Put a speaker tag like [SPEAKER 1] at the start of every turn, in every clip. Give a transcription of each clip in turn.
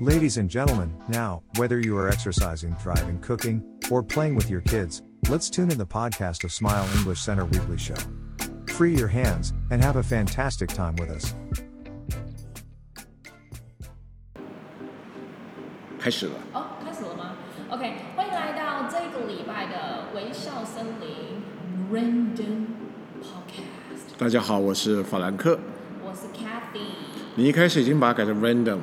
[SPEAKER 1] Ladies and gentlemen, now, whether you are exercising, driving, cooking, or playing with your kids, let's tune in the podcast of Smile English Center Weekly Show. Free your hands and have a fantastic time with us.
[SPEAKER 2] 开始了。
[SPEAKER 3] 哦，开始了吗？OK，欢迎来到这个礼拜的微笑森林 Random Podcast，
[SPEAKER 2] 大家好，我是法兰克。
[SPEAKER 3] 我是 Cathy。
[SPEAKER 2] 你一开始已经把它改成 random，了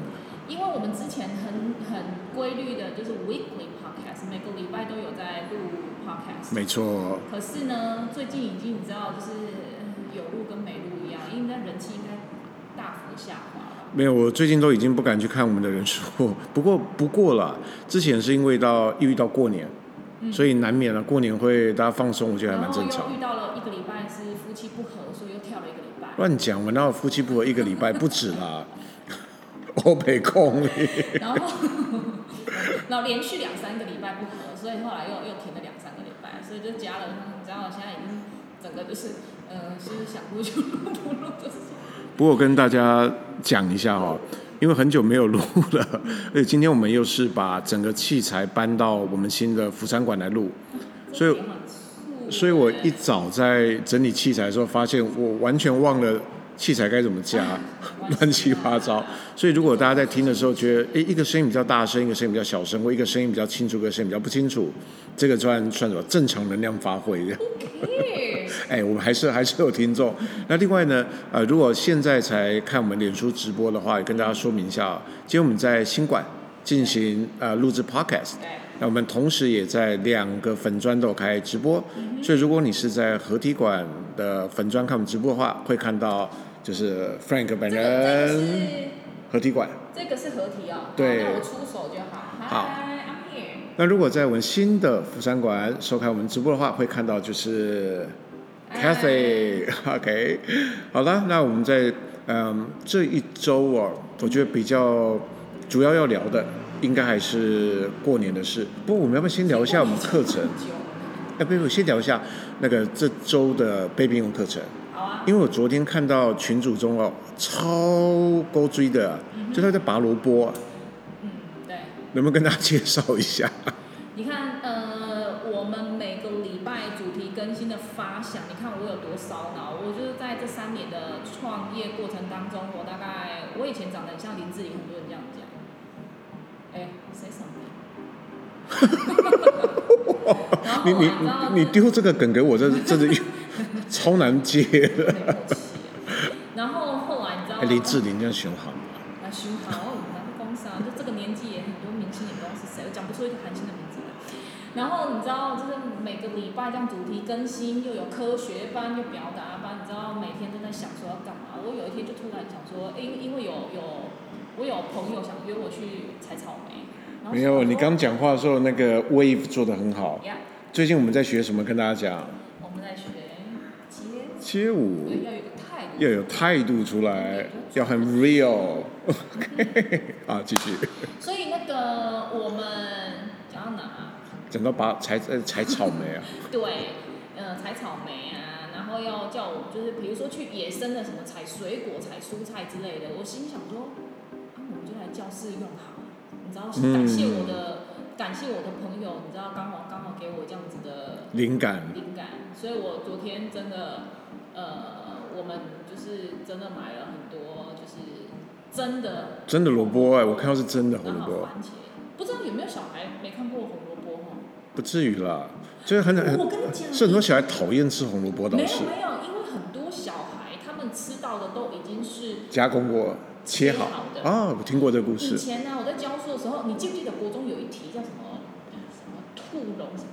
[SPEAKER 3] 因为我们之前很很规律的，就是 Weekly Podcast，每个礼拜都有在录 Podcast。
[SPEAKER 2] 没错，
[SPEAKER 3] 可是呢，最近已经你知道，就是呃有录跟没录一样，应该人气应该大幅下滑吧。
[SPEAKER 2] 没有，我最近都已经不敢去看我们的人数。不过不过了，之前是因为到遇到过年，所以难免了，过年会大家放松，我觉得还
[SPEAKER 3] 然
[SPEAKER 2] 啊蛮
[SPEAKER 3] 后
[SPEAKER 2] 正常
[SPEAKER 3] 又。遇到了一个礼拜是夫妻不和，所以又跳了一个礼拜。
[SPEAKER 2] 乱讲，我那夫妻不和一个礼拜不止啦，欧北控
[SPEAKER 3] 然后，然后连续两三个礼拜不合，所以后来又又停了两三个礼拜，所以就加了。你知道，现在已经整个就是，呃，就是想录就录，不录就是
[SPEAKER 2] 不过我跟大家讲一下哦，因为很久没有录了，而且今天我们又是把整个器材搬到我们新的釜山馆来录，所以
[SPEAKER 3] 也很酷。
[SPEAKER 2] 所以我一早在整理器材的时候，发现我完全忘了器材该怎么加， 乱七八糟。所以如果大家在听的时候觉得，诶，一个声音比较大声，一个声音比较小声，或一个声音比较清楚，一个声音比较不清楚，这个算算什么？正常能量发挥这 样。
[SPEAKER 3] 耶
[SPEAKER 2] 哎，我们还是还是有听众。那另外呢，呃，如果现在才看我们脸书直播的话，也跟大家说明一下哦，今天我们在新馆进行呃录制 podcast。
[SPEAKER 3] 对，
[SPEAKER 2] 那我们同时也在两个粉砖都有开直播，
[SPEAKER 3] 嗯
[SPEAKER 2] 所以如果你是在合体馆的粉砖看我们直播的话，会看到就是 Frank 本
[SPEAKER 3] 这个这个
[SPEAKER 2] 人
[SPEAKER 3] 是
[SPEAKER 2] 合体馆。
[SPEAKER 3] 这个是合体哦。好
[SPEAKER 2] 对
[SPEAKER 3] 那我出手就好。
[SPEAKER 2] 好
[SPEAKER 3] 嗨，I'm here，
[SPEAKER 2] 那如果在我们新的釜山馆收看我们直播的话，会看到就是
[SPEAKER 3] 嗨
[SPEAKER 2] Cathy。OK，好了，那我们在嗯这一周哦，我觉得比较主要要聊的应该还是过年的事。不过我们要不要先聊一下我们课程？哎，不不，先聊一下那个这周的非必用课程，
[SPEAKER 3] 好啊，
[SPEAKER 2] 因为我昨天看到群组中哦，超勾追的啊，就他在拔萝卜啊，
[SPEAKER 3] 嗯，对。
[SPEAKER 2] 能不能跟大家介绍一 下？
[SPEAKER 3] 你看，呃，我们每个礼拜主题更新的发想，你看我有多烧脑。我就是在这三年的创业过程当中，我大概我以前长得很像林志玲，很多人这样 讲。哎，谁傻逼？ 然后
[SPEAKER 2] 你你
[SPEAKER 3] 然后
[SPEAKER 2] 你你丢这个梗给哦我，这这是 超难接。
[SPEAKER 3] 没默契啊。然后后来你知道
[SPEAKER 2] 哎
[SPEAKER 3] 吗
[SPEAKER 2] 林志玲这样选好吗？
[SPEAKER 3] 来巡航，我们公司啊，就这个年纪也很多明星也不知道是谁，我讲不出一个韩星的名字来。然后你知道，就是每个礼拜这样主题更新，又有科学班，又表达班，你知道每天都在想说要干嘛。我有一天就突然想说，因因为有有我有朋友想约我去采草莓，然后
[SPEAKER 2] 没有，
[SPEAKER 3] 想说哎
[SPEAKER 2] 你刚讲话的时候那个 wave 做的很好。
[SPEAKER 3] 呀，
[SPEAKER 2] 最近我们在学什么？跟大家讲，
[SPEAKER 3] 我们在学街，
[SPEAKER 2] 街舞
[SPEAKER 3] 对，要有一个态度。
[SPEAKER 2] 要有态度出来，要很 real。OK，啊，继续。
[SPEAKER 3] 所以那个我们讲到哪啊？
[SPEAKER 2] 讲到拔采呃采草莓啊，
[SPEAKER 3] 对，呃，采草莓啊，然后要叫我就是比如说去野生的什么采水果、采蔬菜之类的，我心想说，啊，我们就来教室用好了，你知道，
[SPEAKER 2] 嗯
[SPEAKER 3] 感谢我的、感谢我的朋友，你知道刚好刚好给我这样子的
[SPEAKER 2] 灵感
[SPEAKER 3] 灵感，所以我昨天真的，呃，我们就是真的买了很多，就是真的
[SPEAKER 2] 真的萝卜哎，我看到是真的红
[SPEAKER 3] 然
[SPEAKER 2] 萝
[SPEAKER 3] 后
[SPEAKER 2] 卜，
[SPEAKER 3] 番茄，不知道有没有小孩没看过红萝卜哦。
[SPEAKER 2] 不至于啦，就是很很
[SPEAKER 3] 我跟你讲
[SPEAKER 2] 是很多小孩讨厌吃红萝卜倒
[SPEAKER 3] 没有
[SPEAKER 2] 是，
[SPEAKER 3] 没有，因为很多小孩他们吃到的都已经是
[SPEAKER 2] 加工过切好
[SPEAKER 3] 切好的
[SPEAKER 2] 啊，我听过这个故
[SPEAKER 3] 以
[SPEAKER 2] 事，
[SPEAKER 3] 前呢、我在教书的时候，你记不记得国中有一题叫什么什么兔笼什么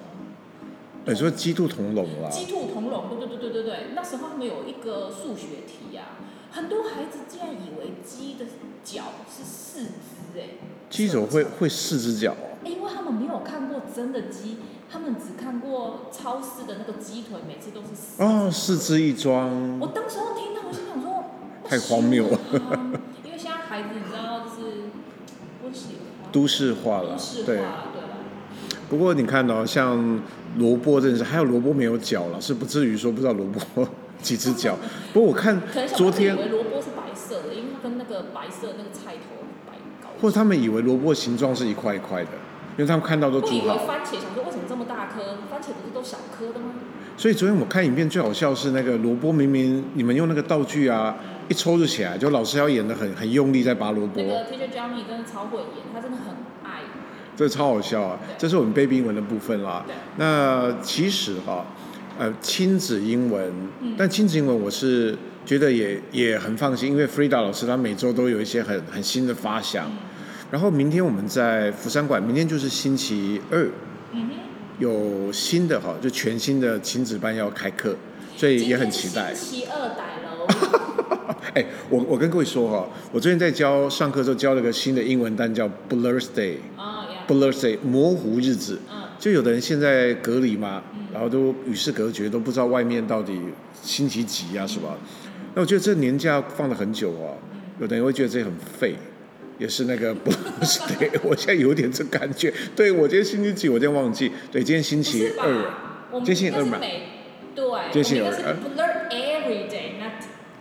[SPEAKER 2] 你说鸡兔同笼啊啦，
[SPEAKER 3] 鸡兔同笼？对对对对对对，那时候他们有一个数学题呀、很多孩子竟然以为鸡的脚是四肢哎、
[SPEAKER 2] 鸡怎么会会四只脚哦？
[SPEAKER 3] 哎因为他们没有看过真的鸡，他们只看过超市的那个鸡腿，每次都是四
[SPEAKER 2] 哦，四肢一装
[SPEAKER 3] 我当时候听到，我心想说，
[SPEAKER 2] 太荒谬了
[SPEAKER 3] 了。 因为现在孩子，你知道，就是温室
[SPEAKER 2] 都市化
[SPEAKER 3] 都
[SPEAKER 2] 了
[SPEAKER 3] 市，化
[SPEAKER 2] 对。
[SPEAKER 3] 了，对吧？啊
[SPEAKER 2] 不过你看哦，像萝卜真的是，还有萝卜没有脚了，是不至于说不知道萝卜 几只脚。不过我看
[SPEAKER 3] 可能小
[SPEAKER 2] 啊昨
[SPEAKER 3] 朋友
[SPEAKER 2] 天
[SPEAKER 3] 以为萝卜是白色的，因为它跟那个白色那个菜头白搞一
[SPEAKER 2] 或
[SPEAKER 3] 起
[SPEAKER 2] 者他们以为萝卜形状是一块一块的，因为他们看到都
[SPEAKER 3] 不
[SPEAKER 2] 煮
[SPEAKER 3] 以为
[SPEAKER 2] 好。
[SPEAKER 3] 番茄，想说为什么这么大颗？番茄不是都小颗的吗？
[SPEAKER 2] 所以昨天我看影片最好笑是那个萝卜，明明你们用那个道具啊，一抽就起来，就老师要演的很很用力在拔萝卜
[SPEAKER 3] 那，个 Teacher Johnny 跟曹慧妍，他真的很爱。
[SPEAKER 2] 这超好笑啊！这是我们背英文的部分啦。
[SPEAKER 3] 对，
[SPEAKER 2] 那其实哈、呃，亲子英文，
[SPEAKER 3] 嗯
[SPEAKER 2] 但亲子英文我是觉得也也很放心，因为 Frida 老师她每周都有一些很很新的发
[SPEAKER 3] 嗯
[SPEAKER 2] 想。然后明天我们在釜山馆，明天就是星期二，
[SPEAKER 3] 嗯哼，
[SPEAKER 2] 有新的哈，就全新的亲子班要开课，所以也很期待
[SPEAKER 3] 今天。星期二逮 楼，
[SPEAKER 2] 哎，我我跟各位说哈，我最近在教上课的时候教了个新的英文单叫 Blur Day，Blur
[SPEAKER 3] 啊呀，
[SPEAKER 2] Day 模糊日子。
[SPEAKER 3] 嗯，
[SPEAKER 2] 就有的人现在隔离嘛，然后都与世隔绝，都不知道外面到底星期几啊，是吧？
[SPEAKER 3] 嗯
[SPEAKER 2] 那我觉得这年假放了很久啊，有的人会觉得这很废，也是那个 不是对，我现在有点这感觉。对我今天星期几，我今天忘记，对，今天星
[SPEAKER 3] 不
[SPEAKER 2] 期
[SPEAKER 3] 是吧
[SPEAKER 2] 二，？
[SPEAKER 3] 我们
[SPEAKER 2] 今天星期二
[SPEAKER 3] 应该
[SPEAKER 2] 嘛
[SPEAKER 3] 是每对，我们
[SPEAKER 2] 今天星期
[SPEAKER 3] 应该是
[SPEAKER 2] 二
[SPEAKER 3] blur every day, not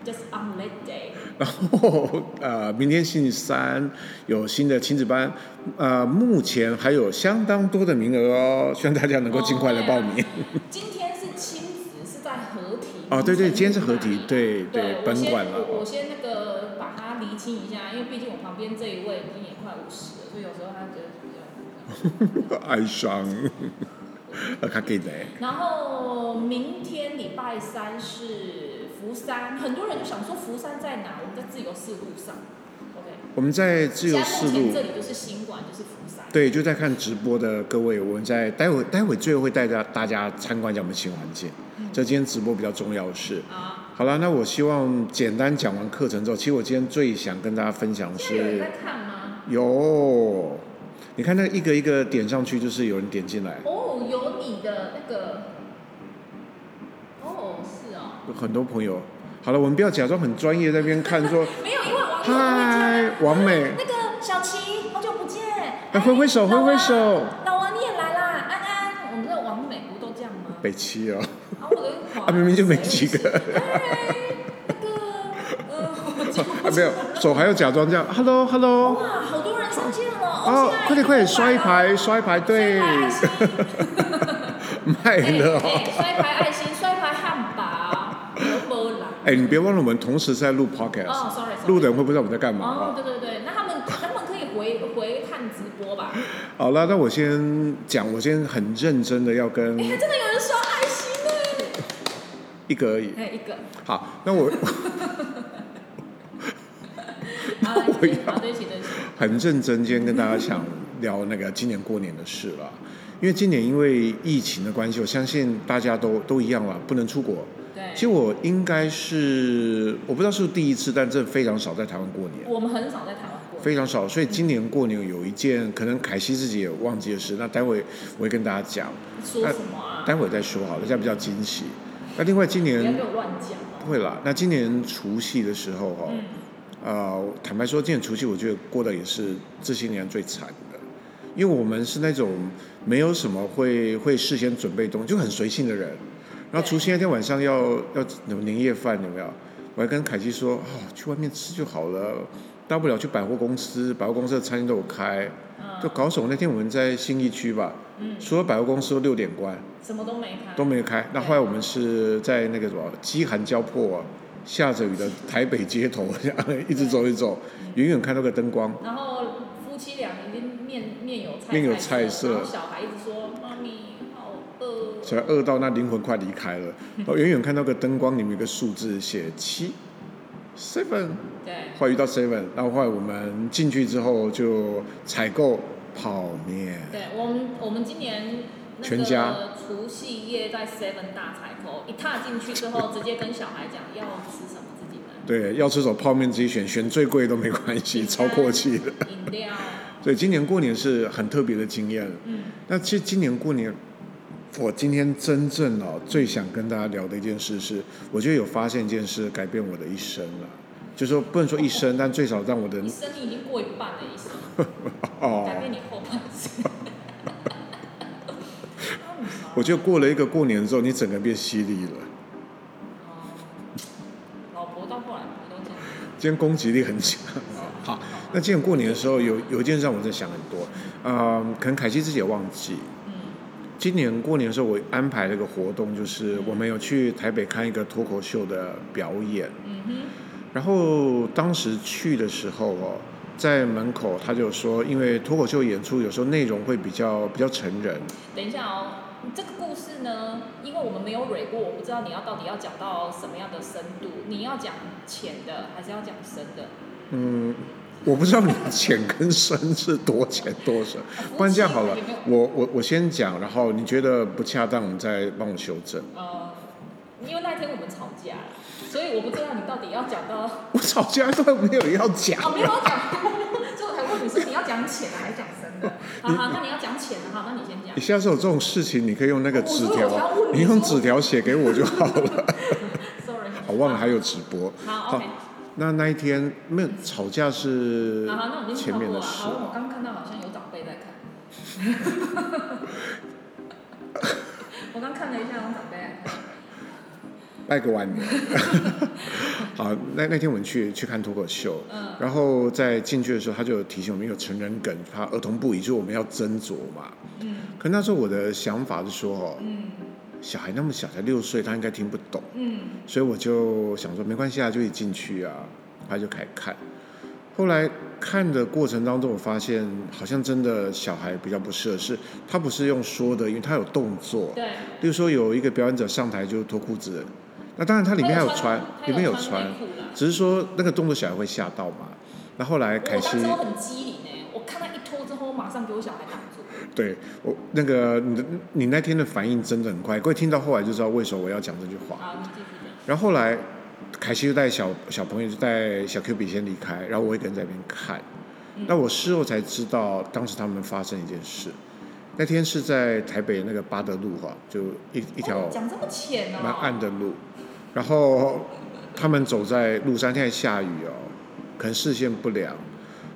[SPEAKER 3] just on that day。
[SPEAKER 2] 然后呃，明天星期三有新的亲子班，呃，目前还有相当多的名额哦， 希望大家能够尽快来
[SPEAKER 3] 哦
[SPEAKER 2] 报名。
[SPEAKER 3] 今天是亲子，是在合体。
[SPEAKER 2] 哦对对今天是合体
[SPEAKER 3] 体，
[SPEAKER 2] 对对
[SPEAKER 3] 对，
[SPEAKER 2] 本馆了
[SPEAKER 3] 了。我我先那个把它厘清一下，因为毕竟我旁边这一位已经也快五十了，所以有时候他觉得比较。
[SPEAKER 2] 哀伤，呃，他给的。
[SPEAKER 3] 然后明天礼拜三是福山，很多人就想说福山在哪？我们在自由四路上，OK。
[SPEAKER 2] 我们在自由四
[SPEAKER 3] 现在目
[SPEAKER 2] 路
[SPEAKER 3] 前，这里就是新馆，就是福山。
[SPEAKER 2] 对，就在看直播的各位，我们在待会待会最后会带大大家参观一下我们新环境，
[SPEAKER 3] 嗯
[SPEAKER 2] 这今天直播比较重要的事。
[SPEAKER 3] 啊，
[SPEAKER 2] 好了，那我希望简单讲完课程之后，其实我今天最想跟大家分享的
[SPEAKER 3] 现在有人
[SPEAKER 2] 是
[SPEAKER 3] 在看吗？
[SPEAKER 2] 有，你看那一个一个点上去，就是有人点进来，
[SPEAKER 3] 哦，有你的那个，哦，是哦，
[SPEAKER 2] 有很多朋友。好了，我们不要假装很专业在那边看说，
[SPEAKER 3] 没有，因为网友
[SPEAKER 2] 嗨，王美，
[SPEAKER 3] 那个小琪，好久不见，
[SPEAKER 2] 哎，挥挥手，挥挥手，
[SPEAKER 3] 老王你也来啦，安安，我们的王美不都这样吗？
[SPEAKER 2] 北七哦。
[SPEAKER 3] 啊，我的
[SPEAKER 2] 啊明明就没几个
[SPEAKER 3] 哎，那个，呃，我记不
[SPEAKER 2] 啊，没有，手还要假装这样，hello hello，
[SPEAKER 3] 哇，好多人上线 了，
[SPEAKER 2] 哦
[SPEAKER 3] 哦，，
[SPEAKER 2] 快点快点，刷一排，
[SPEAKER 3] 摔
[SPEAKER 2] 刷一排，对，
[SPEAKER 3] 爱心，
[SPEAKER 2] 卖
[SPEAKER 3] 哎
[SPEAKER 2] 了哦。
[SPEAKER 3] 哎摔牌爱心，摔牌汉堡，有没啦？
[SPEAKER 2] 哎，你别忘了，我们同时在录 podcast，
[SPEAKER 3] 哦，sorry，sorry
[SPEAKER 2] 录的人会不知道我们在干嘛啊。
[SPEAKER 3] 哦，对对对，那他们他们可以回回看直播吧？
[SPEAKER 2] 好了，那我先讲，我先很认真的要跟
[SPEAKER 3] 哎，还真的有人刷爱心呢，哎
[SPEAKER 2] 一个而已。
[SPEAKER 3] 还有一个，
[SPEAKER 2] 好，那我
[SPEAKER 3] 啊，对不起对不起，
[SPEAKER 2] 很认真，今天跟大家想聊那个今年过年的事了，因为今年因为疫情的关系，我相信大家都都一样了，不能出国。
[SPEAKER 3] 对，
[SPEAKER 2] 其实我应该是，我不知道是不是第一次，但这非常少在台湾过年。
[SPEAKER 3] 我们很少在台湾过，
[SPEAKER 2] 非常少，所以今年过年有一件可能凯西自己也忘记的事，那待会我会跟大家讲，
[SPEAKER 3] 说什么啊？
[SPEAKER 2] 待会再说好了，这样比较惊喜。那另外今
[SPEAKER 3] 不要给
[SPEAKER 2] 年
[SPEAKER 3] 我乱讲
[SPEAKER 2] 不
[SPEAKER 3] 哦。
[SPEAKER 2] 会啦，那今年除夕的时候哦，
[SPEAKER 3] 嗯，
[SPEAKER 2] 呃，坦白说，今年除夕我觉得过得也是这些年最惨的，因为我们是那种没有什么会会事先准备东西，就很随性的人。然后除夕那天晚上要要有年夜饭有没有？我还跟凯西说啊、去外面吃就好了，大不了去百货公司，百货公司的餐厅都有开。
[SPEAKER 3] 嗯
[SPEAKER 2] 就搞什么？那天我们在信义区吧，
[SPEAKER 3] 嗯
[SPEAKER 2] 所有百货公司都六点关，
[SPEAKER 3] 什么都没看，
[SPEAKER 2] 都没有开。那后来我们是在那个什么饥寒交迫、啊，下着雨的台北街头，这样一直走一直走，远远看到个灯光，
[SPEAKER 3] 然后夫妻俩已经面面有菜
[SPEAKER 2] 面有菜
[SPEAKER 3] 菜
[SPEAKER 2] 色
[SPEAKER 3] 然后小孩一直说妈咪好饿，
[SPEAKER 2] 才饿到那灵魂快离开了。我远远看到个灯光，里面有个数字写七，seven。
[SPEAKER 3] 对，
[SPEAKER 2] 后来遇到 seven，然后后来我们进去之后就采购泡面，
[SPEAKER 3] 对我们我们今年那
[SPEAKER 2] 全家
[SPEAKER 3] 个除夕夜在 Seven 大采购，一踏进去之后，直接跟小孩讲要吃什么自己买，
[SPEAKER 2] 对，要吃什么泡面自己选，选最贵都没关系，超阔气的。
[SPEAKER 3] 饮料，
[SPEAKER 2] 所以今年过年是很特别的经验。
[SPEAKER 3] 嗯，
[SPEAKER 2] 那其实今年过年，我今天真正哦最想跟大家聊的一件事是，我觉得有发现一件事改变我的一生了，就说不能说一生，但最少让我的
[SPEAKER 3] 一生你已经过一半了，一生
[SPEAKER 2] 哦，
[SPEAKER 3] 嗯改变你后半生。I'm sorry
[SPEAKER 2] 我觉得过了一个过年之后，你整个变犀利了。
[SPEAKER 3] 哦老婆到后来不都这样，
[SPEAKER 2] 今天攻击力很 强。好，那今年过年的时候有有一件事让我在想很多，啊、可能凯西自己也忘记。
[SPEAKER 3] 嗯
[SPEAKER 2] 今年过年的时候，我安排了一个活动，就是我们有去台北看一个脱口秀的表演。
[SPEAKER 3] 嗯哼，
[SPEAKER 2] 然后当时去的时候哦，在门口他就说，因为脱口秀演出有时候内容会比较比较成人，
[SPEAKER 3] 等一下哦，这个故事呢，因为我们没有蕊过，我不知道你要到底要讲到什么样的深度，你要讲浅的还是要讲深的？
[SPEAKER 2] 嗯，我不知道你的浅跟深是多浅多 深，不然这样好了，我我我先讲，然后你觉得不恰当，你再帮我修正。
[SPEAKER 3] 呃，因为那天我们吵架，所以我不知道你到底要讲到，哦，
[SPEAKER 2] 我吵架都没有要讲
[SPEAKER 3] 没有要讲，所以我才问你说你要讲浅的还是讲 深的？好好，那你要讲浅的，好，那你先讲
[SPEAKER 2] 你。下次有这种事情，你可以用那个纸条
[SPEAKER 3] 我我要问，你
[SPEAKER 2] 你用纸条写给我就好了。
[SPEAKER 3] Sorry，
[SPEAKER 2] 我忘了还有直播。
[SPEAKER 3] 好，OK，
[SPEAKER 2] 那那一天没有吵架是
[SPEAKER 3] 好好，那我们先
[SPEAKER 2] 前
[SPEAKER 3] 跳
[SPEAKER 2] 面
[SPEAKER 3] 过
[SPEAKER 2] 的
[SPEAKER 3] 啊。
[SPEAKER 2] 事
[SPEAKER 3] 好，。我刚看到好像有长辈在 看。我刚看了一下，有长辈在看。
[SPEAKER 2] 拜个晚 年。好，那那天我们去去看脱口秀，
[SPEAKER 3] 嗯
[SPEAKER 2] 然后在进去的时候，他就有提醒我们有成人梗，怕儿童不宜，就是我们要斟酌嘛。
[SPEAKER 3] 嗯
[SPEAKER 2] 可那时候我的想法是说，哦，
[SPEAKER 3] 嗯
[SPEAKER 2] 小孩那么小，才六岁，他应该听不懂，
[SPEAKER 3] 嗯
[SPEAKER 2] 所以我就想说没关系啊，就一起进去啊，他就开始看。后来看的过程当中，我发现好像真的小孩比较不适合，是他不是用说的，因为他有动作，
[SPEAKER 3] 对。
[SPEAKER 2] 例如说有一个表演者上台就脱裤子，那当然他里面还有穿，里面有穿，
[SPEAKER 3] 内裤啦
[SPEAKER 2] 只是说那个动作小孩会吓到嘛。那后来
[SPEAKER 3] 我
[SPEAKER 2] 凯西
[SPEAKER 3] 当时我很机灵哎，我看他一脱之后，马上给我小孩挡住。
[SPEAKER 2] 对我那个你的你那天的反应真的很快，各位听到后来就知道为什么我要讲这句话。
[SPEAKER 3] 好，你继续讲。
[SPEAKER 2] 然后后来凯西就带小小朋友就带小 Q 比先离开，然后我一个人在那边看。那我事后才知道，当时他们发生一件事。那天是在台北那个巴德路哈，就一一条
[SPEAKER 3] 哦讲这么浅哦，
[SPEAKER 2] 蛮暗的路，然后他们走在路上，现在下雨哦，可能视线不良。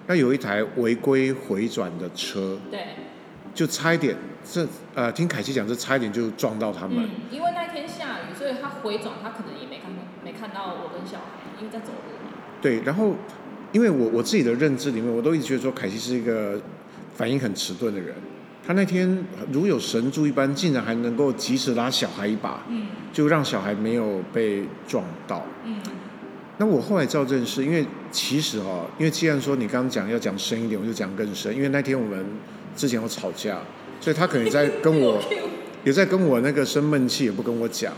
[SPEAKER 2] 那有一台违规回转的车，
[SPEAKER 3] 对，
[SPEAKER 2] 就差一点，这呃，听凯西讲，这差一点就撞到他们。
[SPEAKER 3] 嗯，因为那天下雨，所以他回转，他可能也没看到，没看到我跟小孩，因为在走路嘛。
[SPEAKER 2] 对，然后因为我我自己的认知里面，我都一直觉得说凯西是一个反应很迟钝的人。他那天如有神助一般，竟然还能够及时拉小孩一把，
[SPEAKER 3] 嗯
[SPEAKER 2] 就让小孩没有被撞到。
[SPEAKER 3] 嗯
[SPEAKER 2] 那我后来知道这件事，因为其实哦，因为既然说你刚刚讲要讲深一点，我就讲更深，因为那天我们之前有吵架，所以他可能也在跟我也在跟我那个生闷气，也不跟我讲。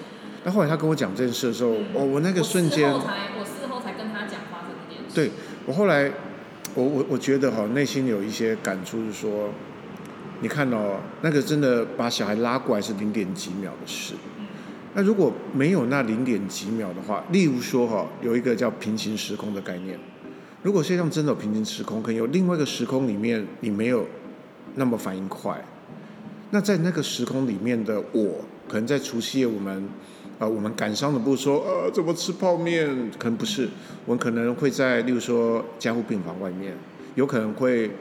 [SPEAKER 2] 那后来他跟我讲这件事的时候，哦，我那个瞬间
[SPEAKER 3] 我，事后才，我事后才跟他讲发生这件事。
[SPEAKER 2] 对我后来，我我我觉得哈、内心有一些感触，是说，你看哦，那个真的把小孩拉过来是零点几秒的事。那如果没有那零点几秒的话，例如说哈、有一个叫平行时空的概念。如果世界上真的有平行时空，可能有另外一个时空里面你没有那么反应快。那在那个时空里面的我，可能在除夕夜我们，呃，我们感伤的不是说呃怎么吃泡面，可能不是，我们可能会在例如说加护病房外面，有可能会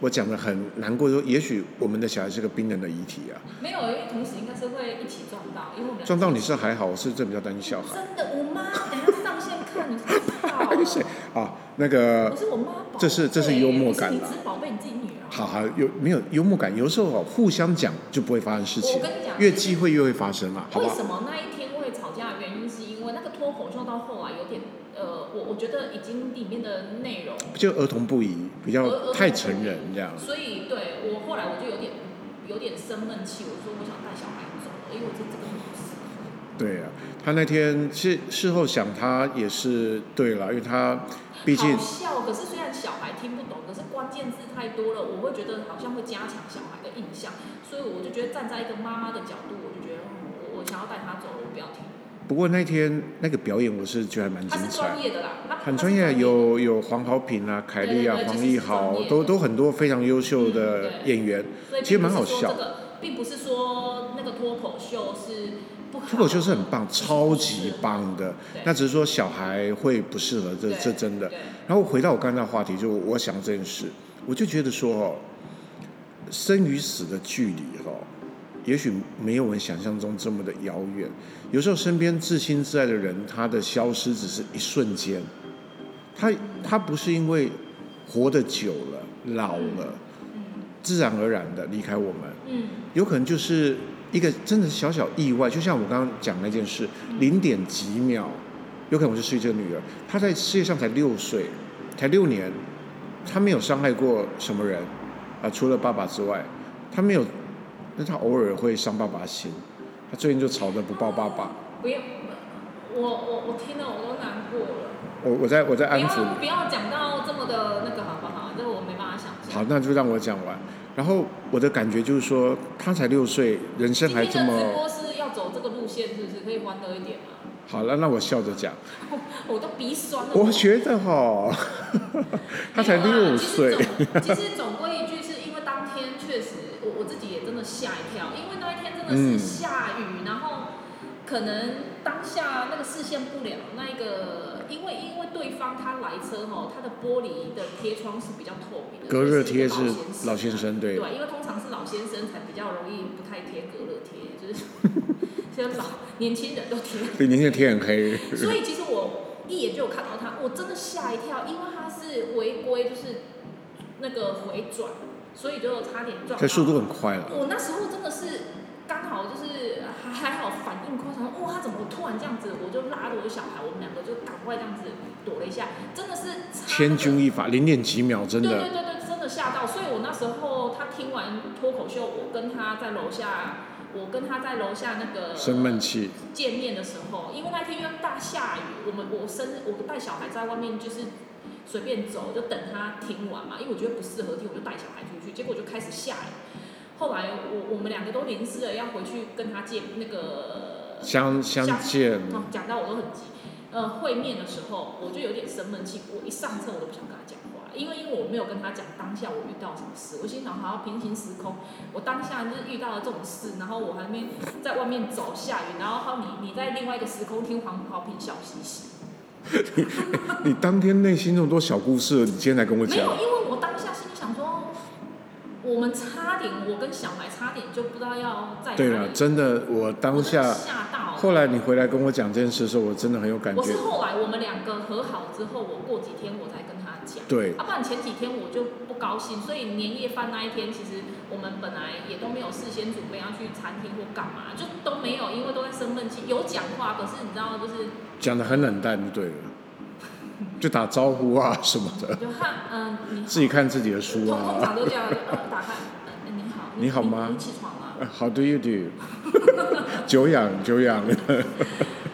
[SPEAKER 2] 我讲的很难过，说也许我们的小孩是个冰冷的遗体啊，
[SPEAKER 3] 没有，因为同时应该是会一起撞到，因为我们
[SPEAKER 2] 撞到你是还好，我是真的比较担心小孩。
[SPEAKER 3] 真的，我妈等一下上线看，你才知道。
[SPEAKER 2] 哎谁 啊？那个
[SPEAKER 3] 可是我妈宝贝，
[SPEAKER 2] 这是这是幽默感
[SPEAKER 3] 不是
[SPEAKER 2] 啦
[SPEAKER 3] 你只宝贝你自己女儿。
[SPEAKER 2] 好好有没有幽默感？有时候哦，互相讲就不会发生事情
[SPEAKER 3] 我跟你讲，
[SPEAKER 2] 越忌讳越会发生嘛，啊好不
[SPEAKER 3] 为
[SPEAKER 2] 好
[SPEAKER 3] 什？么那一天会吵架？的原因是因为那个脱口秀到后来有点，呃，我我觉得已经里面的内容，
[SPEAKER 2] 就儿童不宜，比较太成人这样。
[SPEAKER 3] 所以对我后来我就有点有点生闷气，我说我想带小孩走了，因为我这这个不是。
[SPEAKER 2] 对啊，他那天事事后想，他也是对了，因为他毕竟
[SPEAKER 3] 好笑，可是虽然小孩听不懂，可是关键字太多了，我会觉得好像会加强小孩的印象，所以我就觉得站在一个妈妈的角度，我就觉得嗯我我想要带他走，我不要听。
[SPEAKER 2] 不过那天那个表演，我是觉得还蛮
[SPEAKER 3] 他
[SPEAKER 2] 嗯精
[SPEAKER 3] 是
[SPEAKER 2] 彩
[SPEAKER 3] 专，业的啦，他
[SPEAKER 2] 很专业，有有黄豪平啊、凯莉啊、
[SPEAKER 3] 对对对
[SPEAKER 2] 黄
[SPEAKER 3] 就是
[SPEAKER 2] 奕豪
[SPEAKER 3] 专，业
[SPEAKER 2] 都都很多非常优秀的
[SPEAKER 3] 嗯对
[SPEAKER 2] 演员。
[SPEAKER 3] 所以
[SPEAKER 2] 其实
[SPEAKER 3] 并不
[SPEAKER 2] 蛮好
[SPEAKER 3] 是说
[SPEAKER 2] 笑
[SPEAKER 3] 这个并不是说那个脱口秀是不好，
[SPEAKER 2] 脱口秀是很棒，超级棒的
[SPEAKER 3] 对。
[SPEAKER 2] 那只是说小孩会不适合，这
[SPEAKER 3] 对
[SPEAKER 2] 这真的。
[SPEAKER 3] 对
[SPEAKER 2] 然后回到我刚才的话题，就我想这件事，我就觉得说哦，生与死的距离哦，也许没有我们想象中这么的遥远。有时候身边至亲至爱的人，他的消失只是一瞬间，他他不是因为活得久了、老了，
[SPEAKER 3] 嗯
[SPEAKER 2] 自然而然的离开我们，
[SPEAKER 3] 嗯
[SPEAKER 2] 有可能就是一个真的小小意外，就像我刚刚讲那件事，零点几秒，有可能我就失去这个女儿，她在世界上才六岁，才六年，她没有伤害过什么人，啊、除了爸爸之外，她没有，那她偶尔会伤爸爸心，她最近就吵着不抱爸爸，
[SPEAKER 3] 不要，我我我听了我都难过了。
[SPEAKER 2] 我我在我在
[SPEAKER 3] 不
[SPEAKER 2] 安抚你
[SPEAKER 3] 要。不要讲到这么的那个好不好？这个我没办法想象。
[SPEAKER 2] 好，那就让我讲完。然后我的感觉就是说，他才六岁，人生
[SPEAKER 3] 今
[SPEAKER 2] 还
[SPEAKER 3] 天
[SPEAKER 2] 这
[SPEAKER 3] 的直
[SPEAKER 2] 么
[SPEAKER 3] 播是要走这个路线，是不是可以欢乐一点吗？
[SPEAKER 2] 好了，那我笑着讲，
[SPEAKER 3] 我都鼻酸了。
[SPEAKER 2] 我觉得哈， 他才六岁
[SPEAKER 3] 没，有 啦其实总其实总归一句，是因为当天确实，我我自己也真的吓一跳，因为那一天真的
[SPEAKER 2] 嗯
[SPEAKER 3] 是下雨，然后可能当下那个视线不了，那一个因为因为对方他来车吼，他的玻璃的贴窗是比较透明的，
[SPEAKER 2] 隔热贴
[SPEAKER 3] 所
[SPEAKER 2] 是
[SPEAKER 3] 以一个
[SPEAKER 2] 老先生对
[SPEAKER 3] 对，因为通常是老先生才比较容易不太贴隔热贴，就是 现在老年轻人都贴。
[SPEAKER 2] 对，年轻人天很黑，
[SPEAKER 3] 所以其实我一眼就有看到他，我真的吓一跳，因为他是违规，就是那个回转，所以就差点撞到。
[SPEAKER 2] 这速度很快了。
[SPEAKER 3] 我那时候真的是刚好就是还还好反应快，想说哇他怎么突然这样子，我就拉着我小孩，我们两个就赶快这样子躲了一下，真的是差
[SPEAKER 2] 千钧一发，零点几秒，真
[SPEAKER 3] 对
[SPEAKER 2] 的
[SPEAKER 3] 对对对，真的吓到。所以我那时候他听完脱口秀，我跟他在楼下，我跟他在楼下那个
[SPEAKER 2] 生闷气。
[SPEAKER 3] 见面的时候，因为那天又大下雨，我们我生日我带小孩在外面就是随便走，就等他听完嘛，因为我觉得不适合听，我就带小孩出去，结果就开始下雨。后来我我们两个都淋湿了，要回去跟他见那个
[SPEAKER 2] 相相见，
[SPEAKER 3] 哦，讲到我都很急。呃，会面的时候我就有点生闷气，我一上车我都不想跟他讲话，因为因为我没有跟他讲当下我遇到什么事，我心想好平行时空，我当下就是遇到了这种事，然后我还没在外面走下雨，然后好你你在另外一个时空听黄好品小西西，
[SPEAKER 2] 你当天内心那么多小故事，你今天才跟我
[SPEAKER 3] 没
[SPEAKER 2] 讲
[SPEAKER 3] 有，，因为我当下心里想说，我们差点我跟小孩差点就不知道要在哪里，
[SPEAKER 2] 对了，真的，我当
[SPEAKER 3] 我真
[SPEAKER 2] 下
[SPEAKER 3] 的，吓到，
[SPEAKER 2] 后来你回来跟我讲这件事的时候，我真的很有感
[SPEAKER 3] 我
[SPEAKER 2] 觉
[SPEAKER 3] 是，后来我们两个和好之后，我过几天我才跟他讲。
[SPEAKER 2] 对
[SPEAKER 3] 啊要、不然前几天我就不高兴，所以年夜饭那一天，其实我们本来也都没有事先准备要去餐厅或干嘛，就都没有，因为都在生闷气，有讲话，可是你知道就是
[SPEAKER 2] 讲的很冷淡就对了，就打招呼啊什么的，
[SPEAKER 3] 就看嗯、你好
[SPEAKER 2] 自己看自己的书
[SPEAKER 3] 通通
[SPEAKER 2] 啊。
[SPEAKER 3] 常都这样，就呃打开，呃你好，
[SPEAKER 2] 你好吗
[SPEAKER 3] 你起床了、
[SPEAKER 2] How do you do？久仰久仰，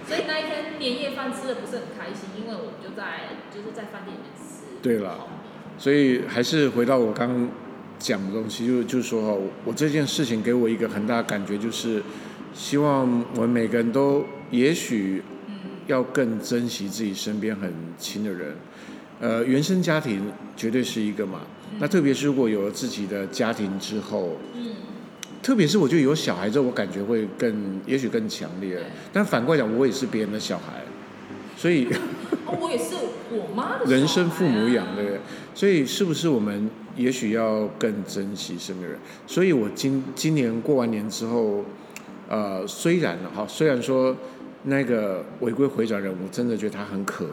[SPEAKER 3] 所以那一天年夜饭吃的不是很开心，因为我们就在就是在饭店里面吃。
[SPEAKER 2] 对了所以还是回到我刚刚讲的东西，就就是说哈，我这件事情给我一个很大的感觉，就是希望我们每个人都也许
[SPEAKER 3] 嗯
[SPEAKER 2] 要更珍惜自己身边很亲的人。呃，原生家庭绝对是一个嘛，那特别是如果有了自己的家庭之后，
[SPEAKER 3] 嗯，
[SPEAKER 2] 特别是我觉得有小孩之后，我感觉会更，也许更强烈
[SPEAKER 3] 对。
[SPEAKER 2] 但反过来讲，我也是别人的小孩，所以
[SPEAKER 3] 哦，我也是我妈的、啊、
[SPEAKER 2] 人生父母养，对不对？所以是不是我们也许要更珍惜身边人？所以我今今年过完年之后，呃，虽然哈，虽然说那个违规回转人，我真的觉得他很可恶。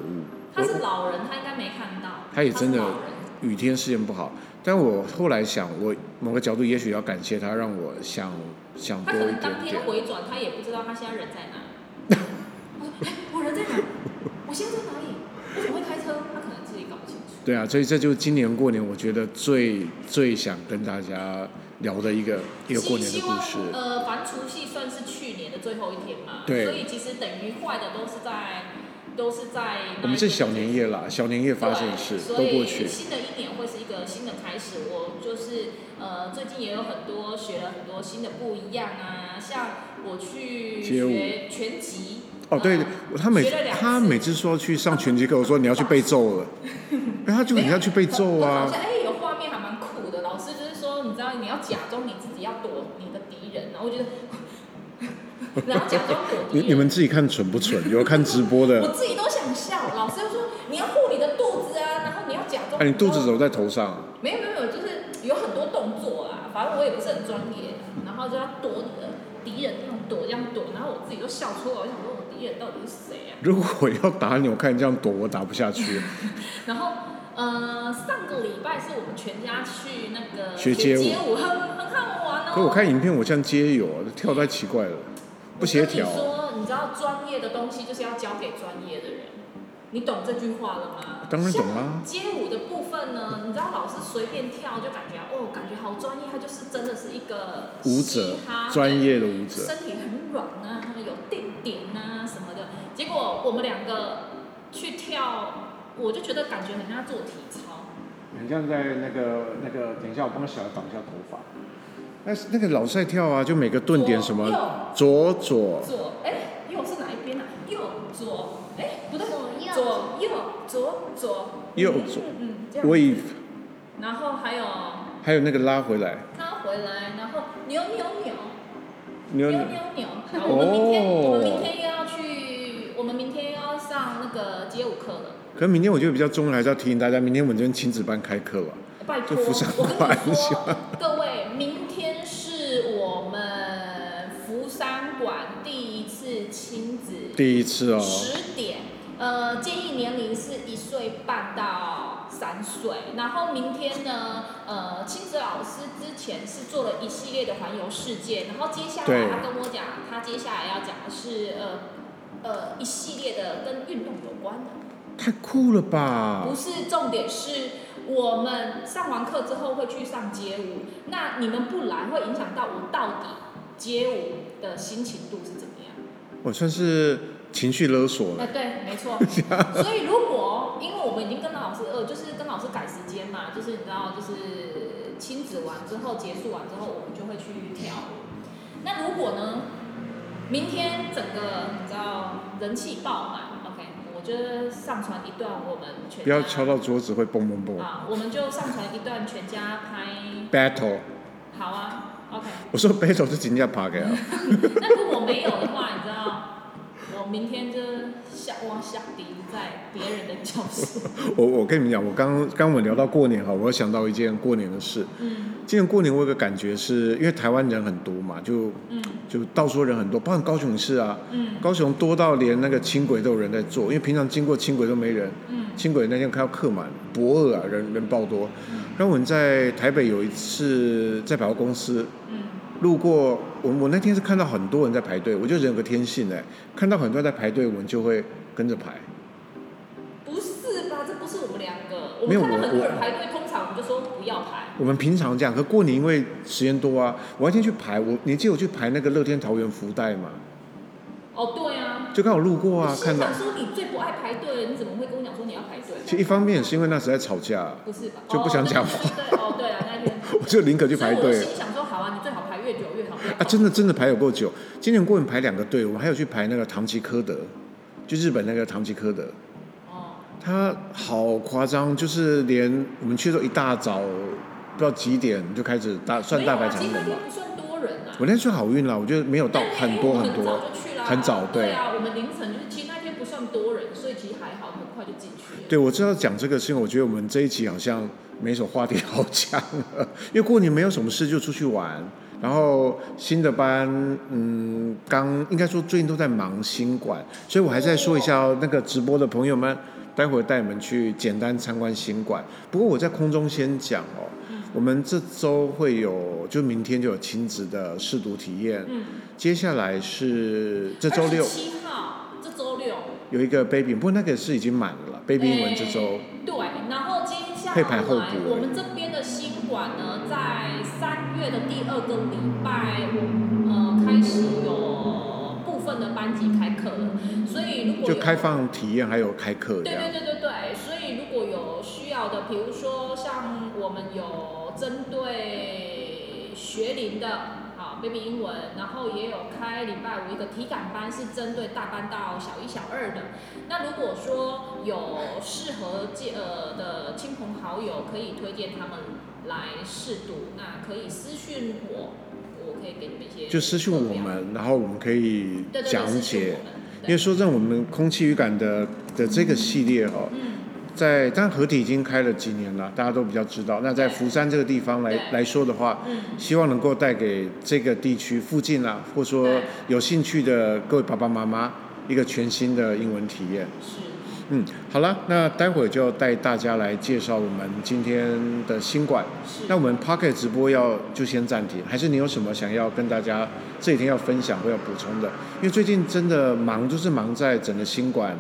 [SPEAKER 3] 他是老人，他应该没看到。
[SPEAKER 2] 他也真的
[SPEAKER 3] 他是老人
[SPEAKER 2] 雨天事件不好，但我后来想，我某个角度也许要感谢他，让我想想
[SPEAKER 3] 他
[SPEAKER 2] 多
[SPEAKER 3] 可
[SPEAKER 2] 一
[SPEAKER 3] 能
[SPEAKER 2] 点
[SPEAKER 3] 当
[SPEAKER 2] 点
[SPEAKER 3] 天。回转，他也不知道他现在人在哪。 我哎我人在哪？我现在在哪里？我怎么会开车？他可能自己搞不清楚。
[SPEAKER 2] 对啊，所以这就是今年过年我觉得最最想跟大家聊的一个一个过年的
[SPEAKER 3] 希希
[SPEAKER 2] 故
[SPEAKER 3] 望
[SPEAKER 2] 事。
[SPEAKER 3] 呃，反正除夕算是去年的最后一天嘛，
[SPEAKER 2] 对
[SPEAKER 3] 所以其实等于坏的都是在都是在那一天
[SPEAKER 2] 我们是小年夜啦，小年夜发生的事
[SPEAKER 3] 对
[SPEAKER 2] 都过去
[SPEAKER 3] 所以。新的一年会是一个新的开始。我就是呃，最近也有很多学了很多新的不一样啊，像我去
[SPEAKER 2] 街舞
[SPEAKER 3] 学拳击。
[SPEAKER 2] 哦，对
[SPEAKER 3] 呃，
[SPEAKER 2] 他每
[SPEAKER 3] 学了两次
[SPEAKER 2] 他每次说去上拳击课，我说你要去被揍 了，哎，他就你要去被揍
[SPEAKER 3] 我好
[SPEAKER 2] 啊
[SPEAKER 3] 像，哎、有画面还蛮酷的。老师就是说，你知道你要假装你自己要躲你的敌人，然后我觉得， 然后假装躲
[SPEAKER 2] 你
[SPEAKER 3] 敌人。
[SPEAKER 2] 你们自己看蠢不蠢？有看直播
[SPEAKER 3] 我
[SPEAKER 2] 的，
[SPEAKER 3] 自己都想笑。老师就说你要护你的肚子啊，然后你要假装。
[SPEAKER 2] 哎，你肚子走在头上，
[SPEAKER 3] 没有没有没有，就是有很多动作啊，反正我也不是很专业，然后就要躲你的敌人，这样躲这样躲，然后我自己都笑出来，我想说我敌业人到底是谁啊？
[SPEAKER 2] 如果要打你，我看你这样躲，我打不下 去。
[SPEAKER 3] 然后呃，上个礼拜是我们全家去那个
[SPEAKER 2] 学街
[SPEAKER 3] 街
[SPEAKER 2] 舞
[SPEAKER 3] 舞，很很好玩哦。
[SPEAKER 2] 可我看影片，我像街友啊，跳太奇怪了，不协调啊
[SPEAKER 3] 我跟你。说，你知道专业的东西就是要交给专业的人，你懂这句话了吗？
[SPEAKER 2] 当然懂啊啦
[SPEAKER 3] 像街舞的部分呢，你知道老师随便跳就感觉哦，感觉好专业，他就是真的是一个
[SPEAKER 2] 舞者
[SPEAKER 3] 嘻哈，的
[SPEAKER 2] 专业的舞者，
[SPEAKER 3] 身体很软啊，他们有定点啊什么的。结果我们两个去跳，我就觉得感觉很像在做体操。
[SPEAKER 2] 很像在那个那个，等一下我帮小孩绑一下头发。那是那个老师在跳啊，就每个顿点什
[SPEAKER 3] 哦
[SPEAKER 2] 么左左
[SPEAKER 3] 左哎，右是哪一边啊？右左哎，不对，
[SPEAKER 4] 左右
[SPEAKER 3] 左右左左
[SPEAKER 2] 右左
[SPEAKER 3] 嗯，这样。
[SPEAKER 2] wave，
[SPEAKER 3] 然后还有
[SPEAKER 2] 还有那个拉回来
[SPEAKER 3] 他回来，然后扭扭扭
[SPEAKER 2] 扭
[SPEAKER 3] 扭
[SPEAKER 2] 扭。
[SPEAKER 3] 扭扭。好我们明天、
[SPEAKER 2] 哦
[SPEAKER 3] 我们明天又要去，我们明天又要上那个街舞课了。
[SPEAKER 2] 可能明天我觉得比较中，还是要提醒大家，明天我们这边亲子班开课啊吧。
[SPEAKER 3] 拜托，
[SPEAKER 2] 就浮上
[SPEAKER 3] 我
[SPEAKER 2] 半
[SPEAKER 3] 跟你
[SPEAKER 2] 下
[SPEAKER 3] 说，各位，明天是我们福山馆第一次亲子
[SPEAKER 2] 第一次哦，
[SPEAKER 3] 十点，呃，建议年龄是一岁半到三岁。然后明天呢，呃，亲子老师之前是做了一系列的环游世界，然后接下
[SPEAKER 2] 对
[SPEAKER 3] 来他跟我讲，他接下来要讲的是呃呃一系列的跟运动有关的。
[SPEAKER 2] 太酷了吧
[SPEAKER 3] 不！是重点是我们上完课之后会去上街舞，那你们不来会影响到我到底街舞的心情度是怎么样？
[SPEAKER 2] 我算是情绪勒索
[SPEAKER 3] 哎、
[SPEAKER 2] 了。
[SPEAKER 3] 对，没错。所以如果因为我们已经跟老师呃，就是跟老师改时间嘛，就是你知道，就是亲子完之后结束完之后，我们就会去跳舞。那如果呢，明天整个你知道人气爆满，OK，我就上传一段我们全家
[SPEAKER 2] 不要敲到桌子会蹦蹦蹦。
[SPEAKER 3] 啊，我们就上传一段全家拍，
[SPEAKER 2] battle，
[SPEAKER 3] 好啊，OK。
[SPEAKER 2] 我说 battle 是今天爬给啊，
[SPEAKER 3] 那如果没有的话，你知道，我明天就下哇下敌在别人的教室。
[SPEAKER 2] 我我跟你们讲，我刚刚我们聊到过年哈，我又想到一件过年的事。
[SPEAKER 3] 嗯
[SPEAKER 2] 今年过年我有个感觉是，因为台湾人很多嘛，就
[SPEAKER 3] 嗯
[SPEAKER 2] 就到处人很多，包括高雄也是啊，
[SPEAKER 3] 嗯
[SPEAKER 2] 高雄多到连那个轻轨都有人在坐，因为平常经过轻轨都没人，
[SPEAKER 3] 嗯
[SPEAKER 2] 轻轨那天开到客满，博尔啊人人爆多。然后我们在台北有一次在百货公司
[SPEAKER 3] 嗯
[SPEAKER 2] 路过，我我那天是看到很多人在排队，我觉得人有个天性哎、看到很多人在排队，我们就会跟着排。
[SPEAKER 3] 不是吧？这不是我们两个。我
[SPEAKER 2] 没
[SPEAKER 3] 们
[SPEAKER 2] 有
[SPEAKER 3] 看到
[SPEAKER 2] 我
[SPEAKER 3] 很多
[SPEAKER 2] 我
[SPEAKER 3] 人排队，通常我们就说不要排。
[SPEAKER 2] 我们平常这样，可过年因为时间多啊，我那天去排，我你记得我去排那个乐天桃园福袋嘛，
[SPEAKER 3] 哦，对啊。
[SPEAKER 2] 就刚好路过
[SPEAKER 3] 我
[SPEAKER 2] 啊，看
[SPEAKER 3] 心
[SPEAKER 2] 到
[SPEAKER 3] 想。说你最不爱排队了，你怎么会跟我讲说你要排队？
[SPEAKER 2] 其实一方面也是因为那时在吵架，
[SPEAKER 3] 不是吧？
[SPEAKER 2] 就不想讲话
[SPEAKER 3] 哦对对对哦，对啊，那一天。
[SPEAKER 2] 我就宁可去排
[SPEAKER 3] 所以
[SPEAKER 2] 队
[SPEAKER 3] 我心想说，好啊，你最好排越久越好。
[SPEAKER 2] 啊，真的真的排有够久。今年过年排两个队，我还有去排那个唐吉诃德，就日本那个唐吉诃德，
[SPEAKER 3] 哦。
[SPEAKER 2] 他好夸张，就是连我们去的时候一大早不知道几点就开始大算大排长
[SPEAKER 3] 没有啊
[SPEAKER 2] 龙嘛
[SPEAKER 3] 其实那天。不算多人啊。
[SPEAKER 2] 我那天算好运啦，我觉得没有到
[SPEAKER 3] 但
[SPEAKER 2] 很
[SPEAKER 3] 因为
[SPEAKER 2] 多
[SPEAKER 3] 我
[SPEAKER 2] 很
[SPEAKER 3] 很
[SPEAKER 2] 多
[SPEAKER 3] 早，就去啦
[SPEAKER 2] 很早
[SPEAKER 3] 对
[SPEAKER 2] 对。
[SPEAKER 3] 啊，我们凌晨就是，其实那天不算多人，所以其实还好，很快就进去了。
[SPEAKER 2] 对，我知道讲这个事情，我觉得我们这一集好像没什么话题好讲了，因为过年没有什么事就出去玩，然后新的班，嗯，刚应该说最近都在忙新馆，所以我还在说一下哦那个直播的朋友们，待会儿带你们去简单参观新馆。不过我在空中先讲哦，
[SPEAKER 3] 嗯
[SPEAKER 2] 我们这周会有，就明天就有亲子的试读体验，
[SPEAKER 3] 嗯，
[SPEAKER 2] 接下来是这周六
[SPEAKER 3] 七号，这周六
[SPEAKER 2] 有一个 baby，不过那个是已经满了啦，baby 英文这周。
[SPEAKER 3] 哎对，然后接下
[SPEAKER 2] 配
[SPEAKER 3] 来
[SPEAKER 2] 排后补欸
[SPEAKER 3] 我们这边的新馆呢，在三月的第二个礼拜，我呃开始有部分的班级开课了，所以如果
[SPEAKER 2] 就
[SPEAKER 3] 有
[SPEAKER 2] 开放体验还有开课这
[SPEAKER 3] 对对
[SPEAKER 2] 样。
[SPEAKER 3] 对对对，所以如果有需要的，比如说像我们有针对学龄的，好 baby 英文，然后也有开礼拜五一个体感班，是针对大班到小一、小二的。那如果说有适合介呃的亲朋好友，可以推荐他们来试读，那可以私讯我，我可以给你们一些
[SPEAKER 2] 就私讯我
[SPEAKER 3] 目标
[SPEAKER 2] 们，然后我们可以
[SPEAKER 3] 对对对
[SPEAKER 2] 讲
[SPEAKER 3] 私讯
[SPEAKER 2] 解
[SPEAKER 3] 我。们
[SPEAKER 2] 因为说真的，我们空气语感的的这个系列哦，
[SPEAKER 3] 对嗯。
[SPEAKER 2] 在但合体已经开了几年了，大家都比较知道。那在
[SPEAKER 3] 对
[SPEAKER 2] 福山这个地方来
[SPEAKER 3] 对
[SPEAKER 2] 来说的话，
[SPEAKER 3] 嗯
[SPEAKER 2] 希望能够带给这个地区附近啊，或说
[SPEAKER 3] 对
[SPEAKER 2] 有兴趣的各位爸爸妈妈，一个全新的英文体验。
[SPEAKER 3] 是，
[SPEAKER 2] 嗯，好了，那待会儿就带大家来介绍我们今天的新馆。
[SPEAKER 3] 是
[SPEAKER 2] 那我们 Pocket 直播要就先暂停，还是你有什么想要跟大家这几天要分享或要补充的？因为最近真的忙，就是忙在整个新馆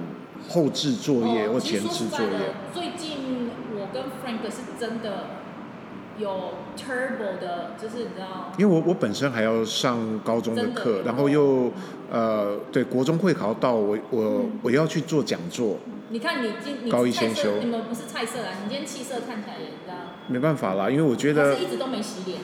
[SPEAKER 2] 后置作业
[SPEAKER 3] 哦
[SPEAKER 2] 或
[SPEAKER 3] 其
[SPEAKER 2] 前
[SPEAKER 3] 实
[SPEAKER 2] 置
[SPEAKER 3] 说实
[SPEAKER 2] 作
[SPEAKER 3] 在的，
[SPEAKER 2] 业。
[SPEAKER 3] 最近我跟 Frank 是真的有 turbo 的，就是你知道，
[SPEAKER 2] 因为我我本身还要上高中的
[SPEAKER 3] 真的
[SPEAKER 2] 课，然后又呃对国中会考到我
[SPEAKER 3] 嗯
[SPEAKER 2] 我我要去做讲座，
[SPEAKER 3] 你看你今你
[SPEAKER 2] 高一
[SPEAKER 3] 菜
[SPEAKER 2] 先
[SPEAKER 3] 色
[SPEAKER 2] 修
[SPEAKER 3] 你们不是菜色啊，你今天气色看起来也你知道，
[SPEAKER 2] 没办法啦，因为我觉
[SPEAKER 3] 他
[SPEAKER 2] 得
[SPEAKER 3] 是一直都没洗脸，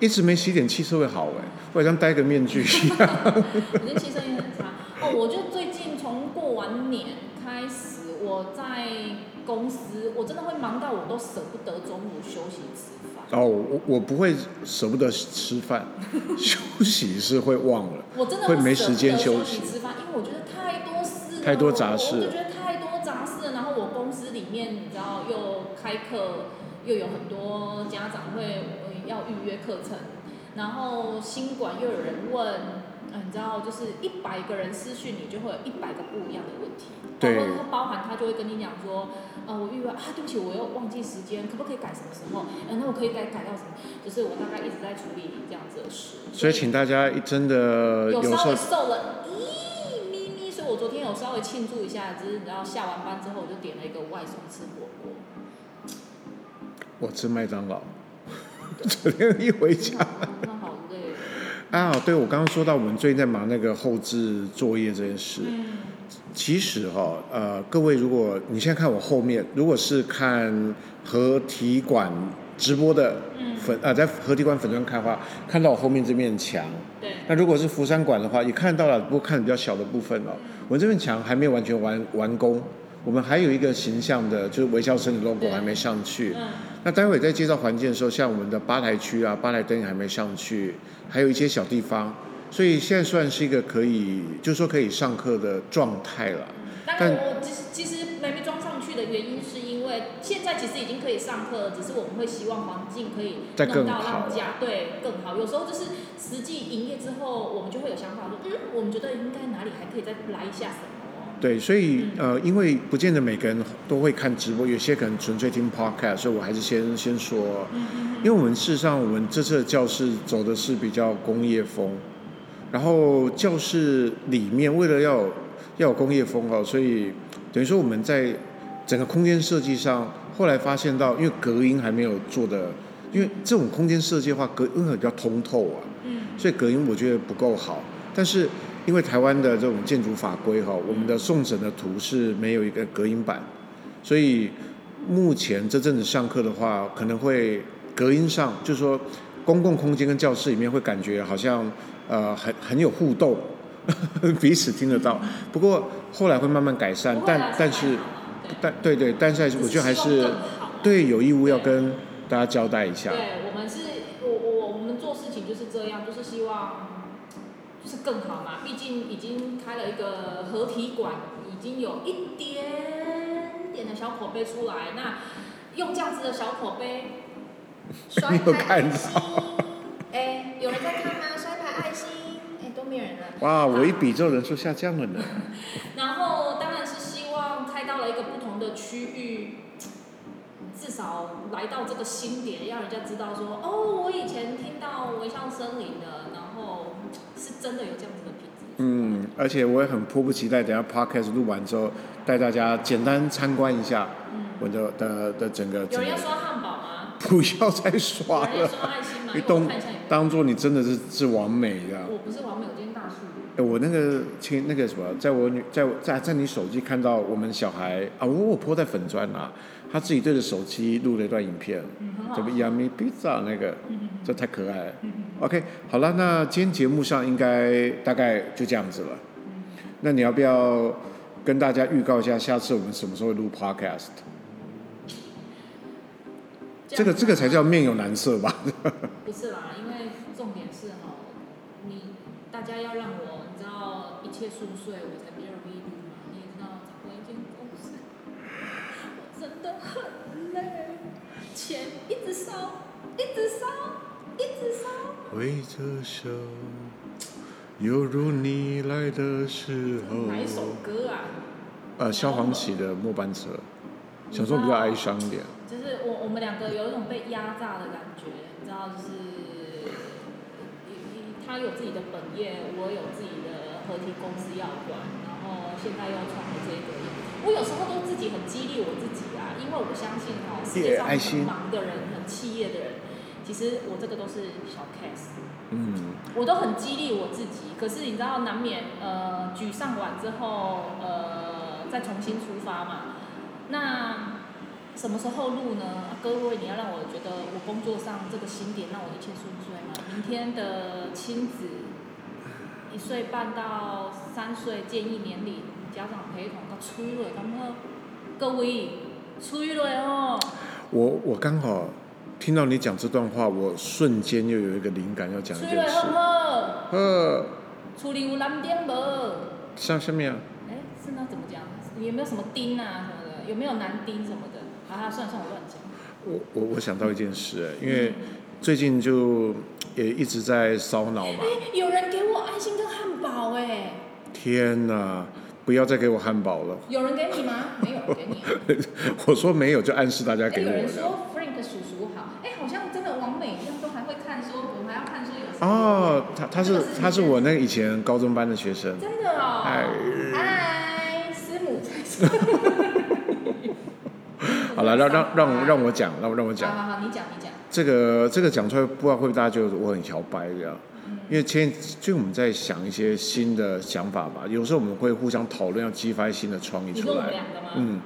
[SPEAKER 2] 一直没洗点气色会好哎、我好像戴个面具一 样。
[SPEAKER 3] 我觉得气色也很差。哦，我就最近从过完年开始，我在公司我真的会忙到我都舍不得中午休息吃饭。
[SPEAKER 2] 哦，我我不会舍不得吃饭， 休息是会忘了。
[SPEAKER 3] 我真的
[SPEAKER 2] 会
[SPEAKER 3] 舍
[SPEAKER 2] 没
[SPEAKER 3] 不
[SPEAKER 2] 时
[SPEAKER 3] 得
[SPEAKER 2] 间休
[SPEAKER 3] 休
[SPEAKER 2] 息
[SPEAKER 3] 吃饭，因为我觉得太多事了，
[SPEAKER 2] 太多杂事
[SPEAKER 3] 我
[SPEAKER 2] 了
[SPEAKER 3] 就觉得太多杂事了。然后我公司里面，你知道，又开课，又有很多家长会呃要预约课程，然后新馆又有人问，呃你知道，就是一百个人私讯你，就会有一百个不一样的问题。
[SPEAKER 2] 对
[SPEAKER 3] 包括他包含他就会跟你讲说，呃，我预约啊，对不起，我又忘记时间，可不可以改什么时候？呃，那我可以改改到什么？就是我大概一直在处理这样子的事。
[SPEAKER 2] 所以请大家真的
[SPEAKER 3] 有
[SPEAKER 2] 有时
[SPEAKER 3] 稍
[SPEAKER 2] 候
[SPEAKER 3] 微瘦了一咪咪，所以我昨天有稍微庆祝一下，只是你知道下完班之后我就点了一个外送吃火锅，
[SPEAKER 2] 我吃麦当劳， 昨天一回家
[SPEAKER 3] 嗯真的好累。哦
[SPEAKER 2] 啊，对我刚刚说到我们最近在忙那个后置作业这件事，
[SPEAKER 3] 嗯，
[SPEAKER 2] 其实哈、呃，各位如果你现在看我后面，如果是看合体馆直播的
[SPEAKER 3] 嗯
[SPEAKER 2] 粉啊、在合体馆粉砖看的话，看到我后面这面墙。
[SPEAKER 3] 对，
[SPEAKER 2] 那如果是福山馆的话，也看到了，不过看的比较小的部分哦。我这面墙还没有完全完完工，我们还有一个形象的，就是微笑生的 logo
[SPEAKER 3] 对
[SPEAKER 2] 还没上去。
[SPEAKER 3] 嗯，
[SPEAKER 2] 那待会在介绍环境的时候，像我们的吧台区啊、吧台灯也还没上去，还有一些小地方，所以现在算是一个可以，就是说可以上课的状态了。
[SPEAKER 3] 但是我其实其实没被装上去的原因是因为现在其实已经可以上课了，只是我们会希望环境可以
[SPEAKER 2] 再
[SPEAKER 3] 弄
[SPEAKER 2] 更
[SPEAKER 3] 到
[SPEAKER 2] 好
[SPEAKER 3] 让家对更好。有时候就是实际营业之后，我们就会有想法说，嗯，我们觉得应该哪里还可以再来一下什么。
[SPEAKER 2] 对，所以呃，因为不见得每个人都会看直播，有些可能纯粹听 podcast，所以我还是先先说，因为我们事实上我们这次的教室走的是比较工业风，然后教室里面为了要有要有工业风哦，所以等于说我们在整个空间设计上，后来发现到，因为隔音还没有做的，因为这种空间设计的话，隔音会比较通透啊，
[SPEAKER 3] 嗯，
[SPEAKER 2] 所以隔音我觉得不够好。但是因为台湾的这种建筑法规哈，我们的送审的图是没有一个隔音板，所以目前这阵子上课的话，可能会隔音上，就是说公共空间跟教室里面会感觉好像呃很很有互动， 彼此听得到。不过后来会慢慢改善
[SPEAKER 3] 不，会啦
[SPEAKER 2] 但但是
[SPEAKER 3] 啊对
[SPEAKER 2] 但对对，但是还是我觉得还是
[SPEAKER 3] 啊
[SPEAKER 2] 对有义务要跟大家交代一下。
[SPEAKER 3] 对，我们是，我我我们做事情就是这样，就是希望就是更好嘛。毕竟已经开了一个合体馆，已经有一点点的小口碑出来，那用这样子的小口碑 摔
[SPEAKER 2] 没有
[SPEAKER 3] 牌
[SPEAKER 2] 看
[SPEAKER 3] 爱心，哎，有人在看吗？摔牌爱心，哎，都没有人了。
[SPEAKER 2] 哇，我一比之后人数下降了呢。
[SPEAKER 3] 然后当然是希望开到了一个不同的区域，至少来到这个新点，让人家知道说，哦，我以前听到微笑森林的，然后是真的有这样子的品质。
[SPEAKER 2] 嗯，而且我也很迫不及待，等一下 podcast 录完之后，带大家简单参观一下我的的的整个
[SPEAKER 3] 嗯有
[SPEAKER 2] 整
[SPEAKER 3] 人
[SPEAKER 2] 个
[SPEAKER 3] 要。刷汉堡吗？
[SPEAKER 2] 不要再刷
[SPEAKER 3] 有人要
[SPEAKER 2] 了，
[SPEAKER 3] 刷爱心吗？
[SPEAKER 2] 你
[SPEAKER 3] 因为我
[SPEAKER 2] 当
[SPEAKER 3] 看一下有没有
[SPEAKER 2] 当做你真的是是完美的。
[SPEAKER 3] 我不是完美，我今天大叔。
[SPEAKER 2] 哎，我那个亲那个什么，在我女在我在在你手机看到我们小孩啊，我我泼在粉砖啊，他自己对着手机录了一段影片，
[SPEAKER 3] 嗯，很好
[SPEAKER 2] 怎么 Yummy Pizza 那个，
[SPEAKER 3] 嗯
[SPEAKER 2] 这太可爱了。OK，好了，那今天节目上应该大概就这样子了。
[SPEAKER 3] 嗯
[SPEAKER 2] 那你要不要跟大家预告一下，下次我们什么时候会录 Podcast？这个这个才叫面有难色 吧？
[SPEAKER 3] 不是啦，因为重点是哈，你大家要让我，你知道一切顺遂，我才比较容易录嘛。你也知道，找一间公司，我真的很累，钱一直烧，一直烧，一直烧。
[SPEAKER 2] 挥着手，犹如你来的时候。
[SPEAKER 3] 哪一首歌啊？
[SPEAKER 2] 呃，萧煌奇的《末班车》，小时候比较哀伤一点。
[SPEAKER 3] 就是我我们两个有一种被压榨的感觉，你知道，就是一他有自己的本业，我有自己的合体公司要管，然后现在又创了这个业。我有时候都自己很激励我自己啊，因为我相信哈，世界上
[SPEAKER 2] 爱
[SPEAKER 3] 很
[SPEAKER 2] 心
[SPEAKER 3] 忙的人、很企业的人，其实我这个都是小 case。
[SPEAKER 2] 嗯，
[SPEAKER 3] 我都很激励我自己，可是你知道，难免呃沮丧完之后，呃再重新出发嘛。那什么时候录呢？各位，你要让我觉得我工作上这个新点让我一切顺遂吗？明天的亲子一岁半到三岁建议年龄，家长陪同到出了，然后各位出了哦，
[SPEAKER 2] 我我刚好听到你讲这段话，我瞬间又有一个灵感要讲一
[SPEAKER 3] 出
[SPEAKER 2] 件
[SPEAKER 3] 了
[SPEAKER 2] 事。
[SPEAKER 3] 好
[SPEAKER 2] 呃，
[SPEAKER 3] 不？处理有难点无？
[SPEAKER 2] 像下面啊，
[SPEAKER 3] 哎，是那怎么讲？有没有什么钉啊什么的？有没有男钉什么的？啊，算了算了，我乱讲。
[SPEAKER 2] 我我我想到一件事，哎因为最近就也一直在烧脑嘛。
[SPEAKER 3] 哎，有人给我爱心跟汉堡哎、
[SPEAKER 2] 天哪，不要再给我汉堡了！
[SPEAKER 3] 有人给你吗？没有给你、啊。
[SPEAKER 2] 我说没有，就暗示大家
[SPEAKER 3] 哎，
[SPEAKER 2] 给
[SPEAKER 3] 有
[SPEAKER 2] 我
[SPEAKER 3] 人
[SPEAKER 2] 了。
[SPEAKER 3] 说 Frank 叔叔好，哎，好像真的王美一样都还会看说，我还要看说有谁。
[SPEAKER 2] 哦，他他
[SPEAKER 3] 这
[SPEAKER 2] 是
[SPEAKER 3] 个是
[SPEAKER 2] 他是我那个以前高中班的学生。
[SPEAKER 3] 真的哦。
[SPEAKER 2] 哎
[SPEAKER 3] 嗨，师母在说。
[SPEAKER 2] 好了，让让让我让我讲，让我让我
[SPEAKER 3] 好
[SPEAKER 2] 讲。
[SPEAKER 3] 好好，你讲你讲。
[SPEAKER 2] 这个这个讲出来，不知道会不会大家觉得我很摇摆这样。因为前就我们在想一些新的想法吧，有时候我们会互相讨论，要激发新的创意
[SPEAKER 3] 你
[SPEAKER 2] 出
[SPEAKER 3] 说我们
[SPEAKER 2] 来。
[SPEAKER 3] 两个吗？
[SPEAKER 2] 嗯，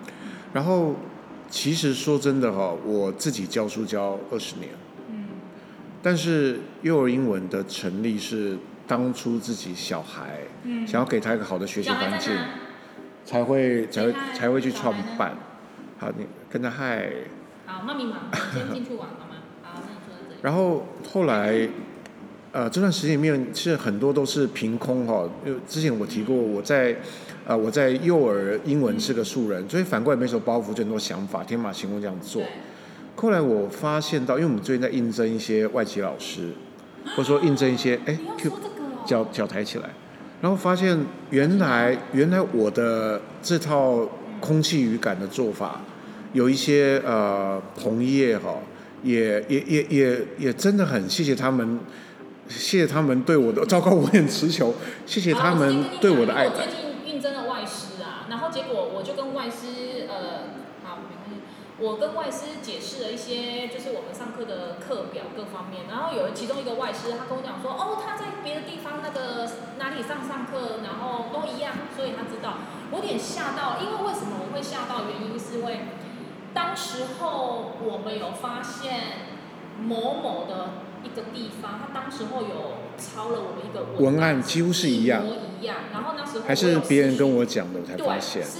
[SPEAKER 2] 然后其实说真的哈、我自己教书教二十年，
[SPEAKER 3] 嗯
[SPEAKER 2] 但是幼儿英文的成立是当初自己小孩
[SPEAKER 3] 嗯。
[SPEAKER 2] 想要给他一个好的学习
[SPEAKER 3] 小孩
[SPEAKER 2] 环
[SPEAKER 3] 在
[SPEAKER 2] 境，
[SPEAKER 3] 哪？
[SPEAKER 2] 才会才会
[SPEAKER 3] 厉害
[SPEAKER 2] 才会去
[SPEAKER 3] 小
[SPEAKER 2] 创
[SPEAKER 3] 孩呢
[SPEAKER 2] 办。好，你跟他嗨。
[SPEAKER 3] 好，那密码你先进去玩好吗？好，那你说到这里。
[SPEAKER 2] 然后后来，呃，这段时间里面其实很多都是凭空哈、哦。因为之前我提过，
[SPEAKER 3] 嗯
[SPEAKER 2] 我在呃我在幼儿英文是个素人，所以反过来没什么包袱，就很多想法，天马行空这样做
[SPEAKER 3] 对。
[SPEAKER 2] 后来我发现到，因为我们最近在应征一些外籍老师，或者说应征一些哎
[SPEAKER 3] 你要
[SPEAKER 2] Q
[SPEAKER 3] 说这个哦。
[SPEAKER 2] 脚脚抬起来，然后发现原来原来我的这套空气语感的做法，有一些呃同业哈、也也也也也真的很谢谢他们，谢谢他们对我的糟糕，我很持球，谢谢他们对我的爱
[SPEAKER 3] 好啊我先跟你讲因为我最近应征了外师啊，然后结果我就跟外师呃，好，没关系。我跟外师解释了一些，就是我们上课的课表各方面，然后有其中一个外师，他跟我讲说，哦，他在别的地方那个哪里上上课，然后都一样，所以他知道。我有点吓到，因为为什么我会吓到？原因是因为当时候我们有发现某某的一个地方，他当时候有抄了我们一个
[SPEAKER 2] 文案几乎是一样
[SPEAKER 3] 模一样。然后那时候
[SPEAKER 2] 还
[SPEAKER 3] 我
[SPEAKER 2] 是
[SPEAKER 3] 有
[SPEAKER 2] 别人
[SPEAKER 3] 私
[SPEAKER 2] 跟
[SPEAKER 3] 讯
[SPEAKER 2] 我讲的，我才
[SPEAKER 3] 对，
[SPEAKER 2] 发现。
[SPEAKER 3] 是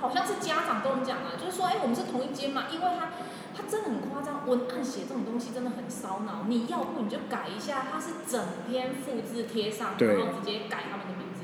[SPEAKER 3] 好像是家长跟我们讲啊，就是说，哎、我们是同一间嘛，因为他他真的很夸张，文案写这种东西真的很烧脑，你要不你就改一下，他是整篇复制贴上，
[SPEAKER 2] 对
[SPEAKER 3] 然后直接改他们的名字。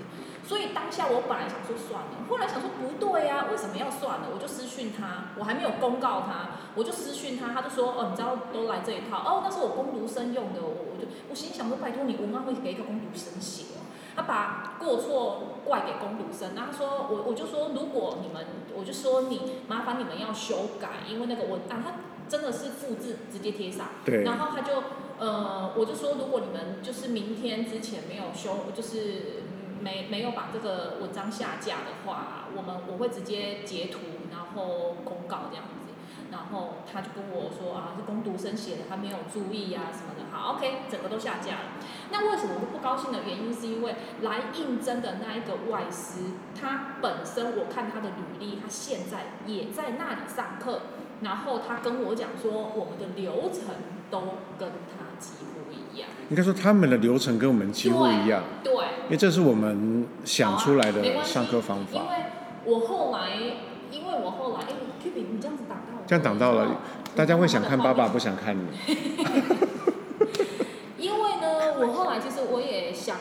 [SPEAKER 3] 所以当下我本来想说算了，后来想说不对啊，为什么要算了？我就私讯他，我还没有公告他，我就私讯他，他就说哦，你知道都来这一套哦，那是我攻读生用的，我我就我心想说拜托你文案会给一个攻读生写哦，他把过错怪给攻读生，然后他说我我就说如果你们，我就说你麻烦你们要修改，因为那个文案他真的是复制直接贴上，
[SPEAKER 2] 对
[SPEAKER 3] 然后他就呃我就说如果你们就是明天之前没有修，就是没没有把这个文章下架的话，我们我会直接截图然后公告这样子。然后他就跟我说啊，是攻读生写的，他没有注意啊什么的。好，OK，整个都下架了。那为什么我不高兴的原因，是因为来应征的那一个外师，他本身我看他的履历，他现在也在那里上课，然后他跟我讲说，我们的流程都跟他几乎一样，
[SPEAKER 2] 应该说他们的流程跟我们几乎一样，
[SPEAKER 3] 对。啊对
[SPEAKER 2] 因为这是我们想出来
[SPEAKER 3] 好啊没
[SPEAKER 2] 的
[SPEAKER 3] 关系
[SPEAKER 2] 上课方法
[SPEAKER 3] 因。为我后来，因为我后来，哎、k b 你这样子挡到我，
[SPEAKER 2] 这样挡到
[SPEAKER 3] 你知
[SPEAKER 2] 了
[SPEAKER 3] 道，
[SPEAKER 2] 大家会想看爸爸，
[SPEAKER 3] 我
[SPEAKER 2] 不想看你。
[SPEAKER 3] 因为呢，我后来其实我也想，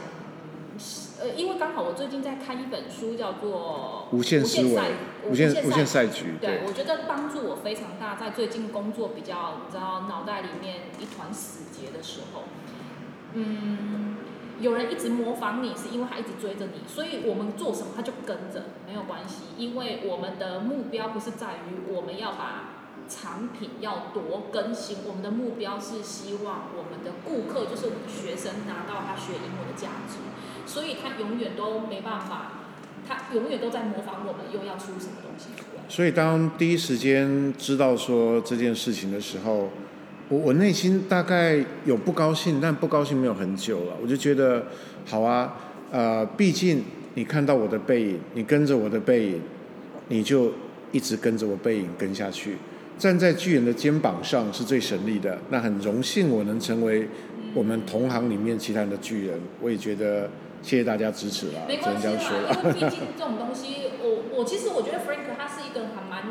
[SPEAKER 3] 呃，因为刚好我最近在看一本书，叫做《
[SPEAKER 2] 无限思维
[SPEAKER 3] 赛，
[SPEAKER 2] 无
[SPEAKER 3] 无
[SPEAKER 2] 限无限
[SPEAKER 3] 限
[SPEAKER 2] 赛局，对
[SPEAKER 3] 对，，我觉得帮助我非常大，在最近工作比较，你知道，脑袋里面一团死结的时候，嗯，有人一直模仿你，是因为他一直追着你，所以我们做什么他就跟着，没有关系，因为我们的目标不是在于我们要把产品要多更新，我们的目标是希望我们的顾客，就是我们的学生拿到他学英文的价值，所以他永远都没办法，他永远都在模仿我们，又要出什么东西出来。
[SPEAKER 2] 所以当第一时间知道说这件事情的时候，我我内心大概有不高兴，但不高兴没有很久了。我就觉得，好啊，呃，毕竟你看到我的背影，你跟着我的背影，你就一直跟着我背影跟下去。站在巨人的肩膀上是最省力的。那很荣幸我能成为我们同行里面其他人的巨人，我也觉得谢谢大啊家支持啦，
[SPEAKER 3] 没
[SPEAKER 2] 只
[SPEAKER 3] 关
[SPEAKER 2] 能
[SPEAKER 3] 系啊
[SPEAKER 2] 这
[SPEAKER 3] 啦
[SPEAKER 2] 样说了。，
[SPEAKER 3] 因为毕竟这种东西，我我其实我觉得 Frank 他是一个还蛮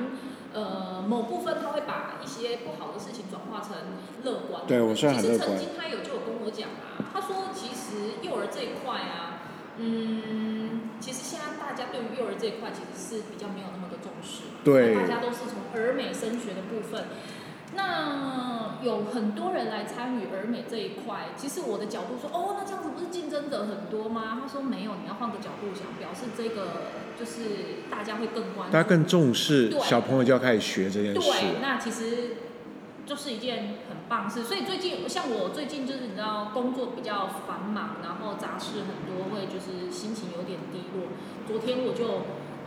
[SPEAKER 3] 呃某部分他会把一些不好的事情转化成乐观。
[SPEAKER 2] 对我算很乐观
[SPEAKER 3] 其实曾经他有就有跟我讲啊，他说其实幼儿这一块啊，嗯，其实现在大家对于幼儿这一块其实是比较没有那么的重视嘛，
[SPEAKER 2] 对
[SPEAKER 3] 大家都是从儿美升学的部分。那有很多人来参与儿美这一块，其实我的角度说，哦，那这样子不是竞争者很多吗？他说没有，你要换个角度想，表示这个就是大家会更关注，
[SPEAKER 2] 大家更重视
[SPEAKER 3] 对
[SPEAKER 2] 小朋友就要开始学这件事啊了。
[SPEAKER 3] 对，那其实就是一件很棒事。所以最近，像我最近就是你知道工作比较繁忙，然后杂事很多，会就是心情有点低落。昨天我就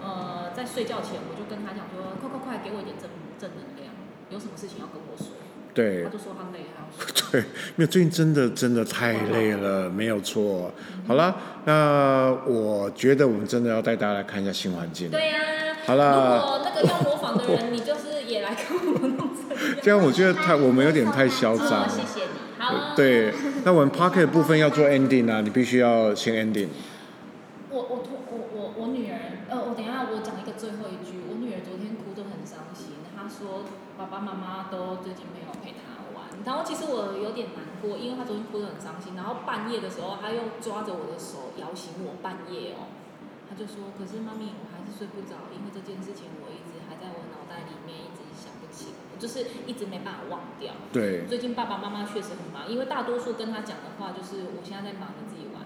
[SPEAKER 3] 呃在睡觉前，我就跟他讲说，快快快，给我一点正正能量，有什么事情要跟我说。
[SPEAKER 2] 对
[SPEAKER 3] 他就说他累，他 要睡。
[SPEAKER 2] 对，没有，最近真的真的太累了，没有错。好了，那我觉得我们真的要带大家来看一下新环境。
[SPEAKER 3] 对呀、
[SPEAKER 2] 好啦
[SPEAKER 3] 如果那个要模仿的人，你就是也来跟我们弄这个。
[SPEAKER 2] 这样我觉得太我们有点太嚣张
[SPEAKER 3] 哦，
[SPEAKER 2] 了。
[SPEAKER 3] 谢谢你。好啊，
[SPEAKER 2] 对，那我们 pocket 部分要做 ending 啊，你必须要先 ending。
[SPEAKER 3] 我我突我我我女儿，呃，我等一下我讲一个最后一句，我女儿昨天哭得很伤心，她说爸爸妈妈都最近没有陪她玩，然后其实我有点难过，因为她昨天哭得很伤心，然后半夜的时候她又抓着我的手摇醒我，半夜哦，她就说，可是妈咪我还是睡不着，因为这件事情我一直还在我脑袋里面，一直想不起，我就是一直没办法忘掉。
[SPEAKER 2] 对，
[SPEAKER 3] 最近爸爸妈妈确实很忙，因为大多数跟她讲的话就是我现在在忙，你自己玩。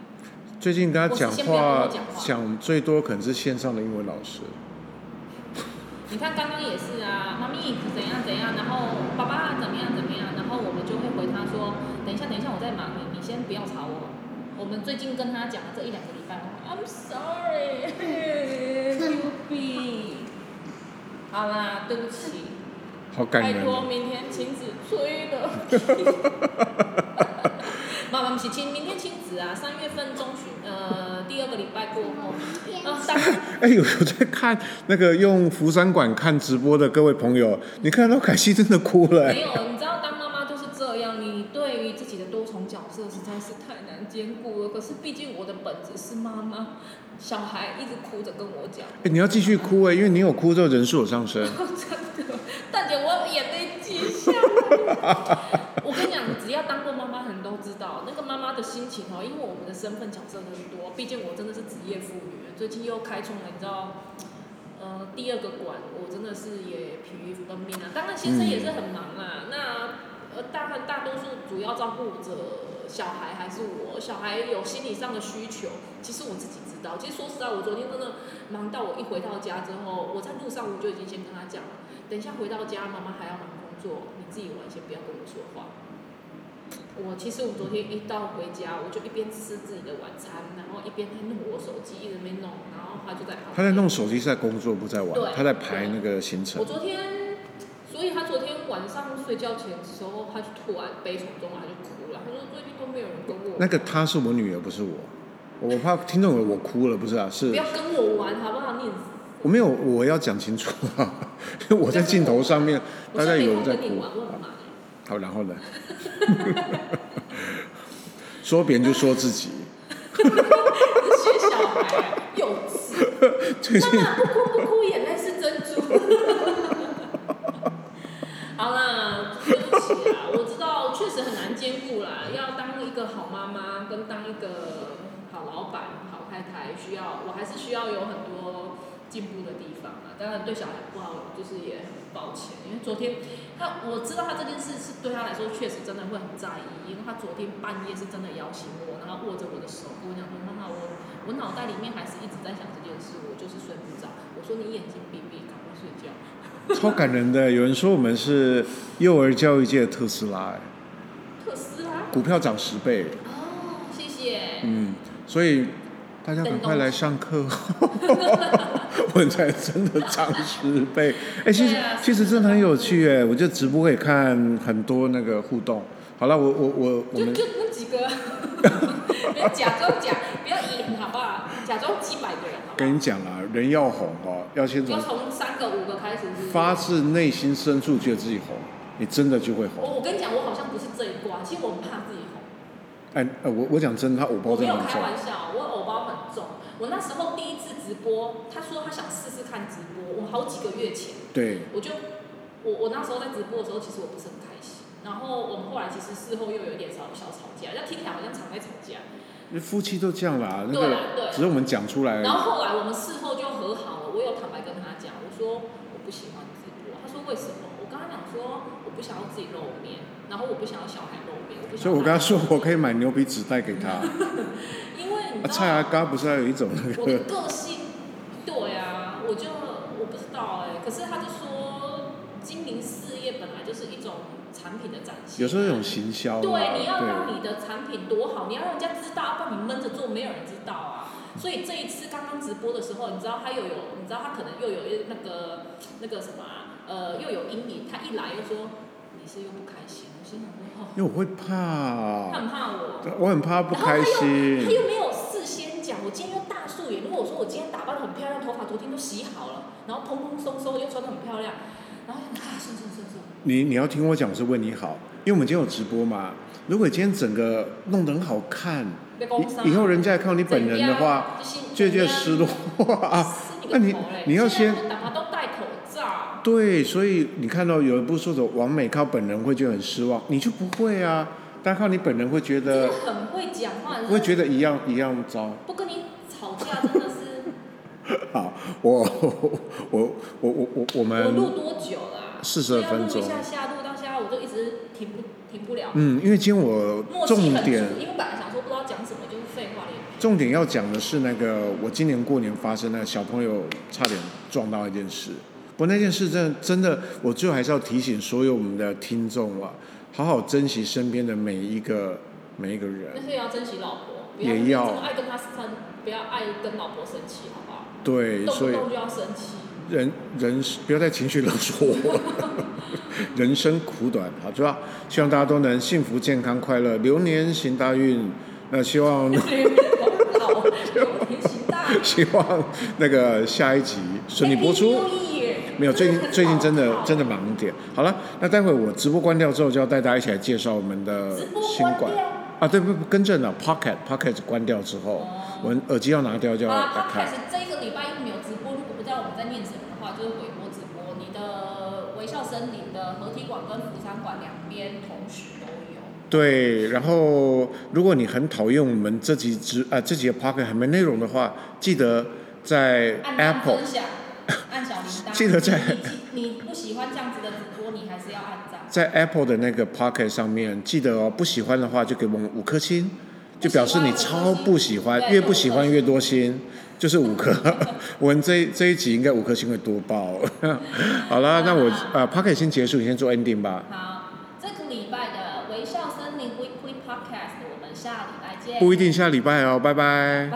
[SPEAKER 2] 最近跟他讲
[SPEAKER 3] 我先不要跟
[SPEAKER 2] 话
[SPEAKER 3] 我讲，话
[SPEAKER 2] 讲最多可能是线上的英文老师。
[SPEAKER 3] 你看刚刚也是啊，妈咪怎样怎样，然后爸爸怎么样怎么样，然后我们就会回他说，等一下等一下我在忙，你你先不要吵我。我们最近跟他讲的这一两个礼拜，I'm 哦 sorry, Ruby。好啦，对不起，
[SPEAKER 2] 好感
[SPEAKER 3] 拜
[SPEAKER 2] 人
[SPEAKER 3] 托
[SPEAKER 2] 哦，
[SPEAKER 3] 明天亲子催了。妈妈不是亲，明天亲子啊，三月份中旬，呃，第二个礼拜过后，呃，三
[SPEAKER 2] 哎，有有在看那个用福山馆看直播的各位朋友，你看到凯西真的哭了、哎
[SPEAKER 3] 没有，你知道当妈妈就是这样，你对于自己的多重角色实在是太难兼顾了。可是毕竟我的本质是妈妈，小孩一直哭着跟我讲，
[SPEAKER 2] 哎你要继续哭哎、因为你有哭之后人数有上 升。
[SPEAKER 3] 真的，大姐我眼泪挤下来。我跟你讲，只要当过妈妈的人都知道，那个妈妈的心情哦，因为我们的身份角色很多，毕竟我真的是职业妇女，最近又开创了，你知道。呃，第二个馆我真的是也疲于奔命啊。当然，先生也是很忙啦、那呃，大大多数主要照顾者小孩还是我，小孩有心理上的需求，其实我自己知道。其实说实在，我昨天真的忙到我一回到家之后，我在路上我就已经先跟他讲了，等一下回到家，妈妈还要忙工作，你自己玩，先不要跟我说话。我其实我昨天一到回家，我就一边吃自己的晚餐，然后一边在弄我手机，一直没弄，然后他就在旁边。
[SPEAKER 2] 他在弄手机是在工作，不在玩
[SPEAKER 3] 对，
[SPEAKER 2] 他在排那个行程
[SPEAKER 3] 我。昨天，所以他昨天晚上睡觉前的时候，他就突然悲从中来，他就哭了。他说最近都没有人跟我玩，
[SPEAKER 2] 那个她是我女儿，不是我。我怕听众以为我哭了，不是啊，
[SPEAKER 3] 不
[SPEAKER 2] 是
[SPEAKER 3] 要跟我玩好不好？你
[SPEAKER 2] 我没有，我要讲清楚啊， 因为我在镜头上面，大
[SPEAKER 3] 我
[SPEAKER 2] 家
[SPEAKER 3] 现在
[SPEAKER 2] 以为
[SPEAKER 3] 没
[SPEAKER 2] 我
[SPEAKER 3] 空
[SPEAKER 2] 在
[SPEAKER 3] 跟你
[SPEAKER 2] 哭
[SPEAKER 3] 玩，。啊我很忙。
[SPEAKER 2] 好，然后呢？ 说别人就说自己，
[SPEAKER 3] 这些小孩啊幼稚，
[SPEAKER 2] 最近
[SPEAKER 3] 妈妈不哭不哭，眼泪是珍珠。好啦，对不起啊，我知道确实很难兼顾啦，要当一个好妈妈跟当一个好老板、好太太，需要我还是需要有很多进步的地方啊。当然对小孩不好，就是也很抱歉，因为昨天他我知道他这件事是对他来说确实真的会很在意，因为他昨天半夜是真的邀请我，然后握着我的手跟我讲说：“妈妈，我我脑袋里面还是一直在想这件事，我就是睡不着。”我说：“你眼睛闭闭，赶快睡觉。”
[SPEAKER 2] 超感人的。有人说我们是幼儿教育界的特斯拉，哎
[SPEAKER 3] 特斯拉
[SPEAKER 2] 股票涨十倍，
[SPEAKER 3] 哦，啊谢谢。
[SPEAKER 2] 嗯，所以大家赶快来上课， 文才真的涨十 倍。哎，其实
[SPEAKER 3] 对啊
[SPEAKER 2] 其实真的很有趣哎，我就直播可以看很多那个互动。好了，我我我我
[SPEAKER 3] 就
[SPEAKER 2] 们
[SPEAKER 3] 就那几个， 不要假装假，不要演好不好？假装几百个人好不好
[SPEAKER 2] 跟你讲啊，人要红哦，要先从
[SPEAKER 3] 要从三个五个开始是不是
[SPEAKER 2] 发自内心深处觉得自己红，你真的就会
[SPEAKER 3] 我
[SPEAKER 2] 红。
[SPEAKER 3] 我跟你讲，我好像不是这一挂，其实我很怕自己红，
[SPEAKER 2] 哎，呃我我讲真的，他偶包
[SPEAKER 3] 我
[SPEAKER 2] 真
[SPEAKER 3] 没
[SPEAKER 2] 的
[SPEAKER 3] 有
[SPEAKER 2] 很
[SPEAKER 3] 开
[SPEAKER 2] 重。
[SPEAKER 3] 玩笑，我偶包很重。我那时候第一次直播，他说他想试试看直播，我好几个月前
[SPEAKER 2] 对，
[SPEAKER 3] 我就我我那时候在直播的时候，其实我不是很开心。然后我们后来其实事后又有一点小小吵架，但听起来好像常在吵架。
[SPEAKER 2] 夫妻都这样啦，那
[SPEAKER 3] 对
[SPEAKER 2] 个
[SPEAKER 3] 啦对啊啦
[SPEAKER 2] 只是我们讲出来而已
[SPEAKER 3] 然。后后来我们事后就和好了，我有坦白跟他讲，我说我不喜欢直播，他说为什么？我跟他讲说我不想要自己露面，然后我不想要小孩露面，我不想。
[SPEAKER 2] 所以我跟他说，我可以，买牛皮纸袋给他。
[SPEAKER 3] 因为你
[SPEAKER 2] 啊，
[SPEAKER 3] 知
[SPEAKER 2] 蔡
[SPEAKER 3] 道
[SPEAKER 2] 阿嘎不是还有一种那
[SPEAKER 3] 我的
[SPEAKER 2] 个？
[SPEAKER 3] 个性，对啊，我就我不知道哎、可是他就说经营事业本来就是一种产品的展现，啊
[SPEAKER 2] 有时候有种行销啊嘛，
[SPEAKER 3] 对，你要
[SPEAKER 2] 对
[SPEAKER 3] 让你的产品多好，你要让人家知道，不然你闷着做，没有人知道啊。所以这一次刚刚直播的时候，你知道他又有，你知道他可能又有一那个那个什么、啊，呃，又有阴影。他一来又说你是又不开心，我心想说，哦，
[SPEAKER 2] 因为我会
[SPEAKER 3] 他
[SPEAKER 2] 怕，
[SPEAKER 3] 很怕我。
[SPEAKER 2] 我很怕不开
[SPEAKER 3] 然后
[SPEAKER 2] 心
[SPEAKER 3] 他。又他又没有事先讲，我今天就大素颜。如果我说我今天打扮得很漂亮，头发昨天都洗好了，然后蓬蓬松松又穿得很漂亮，然后想啊，算算算算，
[SPEAKER 2] 你你要听我讲，我是为你好，因为我们今天有直播嘛。如果你今天整个弄得很好看，
[SPEAKER 3] 被攻杀。
[SPEAKER 2] 以以后人家来看到你本人的话，就
[SPEAKER 3] 怎
[SPEAKER 2] 会觉得
[SPEAKER 3] 样
[SPEAKER 2] 失落 啊。
[SPEAKER 3] 撕
[SPEAKER 2] 那你
[SPEAKER 3] 个头嘞
[SPEAKER 2] 你要
[SPEAKER 3] 现
[SPEAKER 2] 先
[SPEAKER 3] 在大家都戴口罩，
[SPEAKER 2] 对，所以你看到有一部作者王美靠本人会觉得很失望，你就不会啊。但靠你本人会觉
[SPEAKER 3] 真
[SPEAKER 2] 得
[SPEAKER 3] 的，很会讲话，
[SPEAKER 2] 会觉得一样一样糟。
[SPEAKER 3] 不跟你吵架真的是，
[SPEAKER 2] 好， 我我我我我我
[SPEAKER 3] 我录
[SPEAKER 2] 们
[SPEAKER 3] 多久了啊？
[SPEAKER 2] 42分
[SPEAKER 3] 所以
[SPEAKER 2] 钟
[SPEAKER 3] 要录一下下，录到现在我就一直停不停不了。
[SPEAKER 2] 嗯，因为今天我
[SPEAKER 3] 默契
[SPEAKER 2] 重
[SPEAKER 3] 很足，
[SPEAKER 2] 点
[SPEAKER 3] 因为本来想说不知道讲什么，就是废话连篇。
[SPEAKER 2] 重点要讲的是那个我今年过年发生那个小朋友差点撞到一件事。不过那件事真的真的，我最后还是要提醒所有我们的听众啊，好好珍惜身边的每一个每一个人。
[SPEAKER 3] 但是也要珍惜老婆，不
[SPEAKER 2] 也
[SPEAKER 3] 要
[SPEAKER 2] 要啊
[SPEAKER 3] 这么爱跟他生，不要爱跟老婆生气，好不好？
[SPEAKER 2] 对，
[SPEAKER 3] 动
[SPEAKER 2] 所
[SPEAKER 3] 不
[SPEAKER 2] 以
[SPEAKER 3] 动就要生气。
[SPEAKER 2] 人人不要再情绪勒索我， 人生苦短，好，主要希望大家都能幸福、健康、快乐，流年行大运。那希望
[SPEAKER 3] 好老，有年纪大，
[SPEAKER 2] 希望那个下一集顺利播出。没有，最 近最近真的真的忙一点。好了，那待会我直播关掉之后，就要带大家一起来介绍我们的
[SPEAKER 3] 直播
[SPEAKER 2] 新
[SPEAKER 3] 关
[SPEAKER 2] 馆
[SPEAKER 3] 掉
[SPEAKER 2] 啊，对不不，更正了，Pocket Pocket 关掉之后，我们耳机要拿掉就要
[SPEAKER 3] 好啦
[SPEAKER 2] 打
[SPEAKER 3] 他开
[SPEAKER 2] 开
[SPEAKER 3] 始。这一个礼拜一没有直播，如果不知道我们在念什么的话，就是鬼播直播。你的微笑森林的合体馆跟扶桑馆两边同时都有。
[SPEAKER 2] 对，然后如果你很讨厌我们这集直啊这集的 Pocket 还没内容的话，记得在
[SPEAKER 3] 按赞
[SPEAKER 2] Apple
[SPEAKER 3] 分享，按小铃铛。
[SPEAKER 2] 记得在
[SPEAKER 3] 你你不喜欢这样子的直播，你还是要按赞。
[SPEAKER 2] 在 Apple 的那个 Pocket 上面，记得哦，不喜欢的话就给我们五颗星，就表示你超不喜欢，
[SPEAKER 3] 对
[SPEAKER 2] 越不喜欢越多星，就是五颗。 我们这这一集应该五颗星会多 爆。好啦，那我呃 Pocket 先结束，你先做 ending 吧。
[SPEAKER 3] 好，这个礼拜的微笑森林 Weekly Podcast，我们下礼拜见。
[SPEAKER 2] 不一定下礼拜哦，拜拜。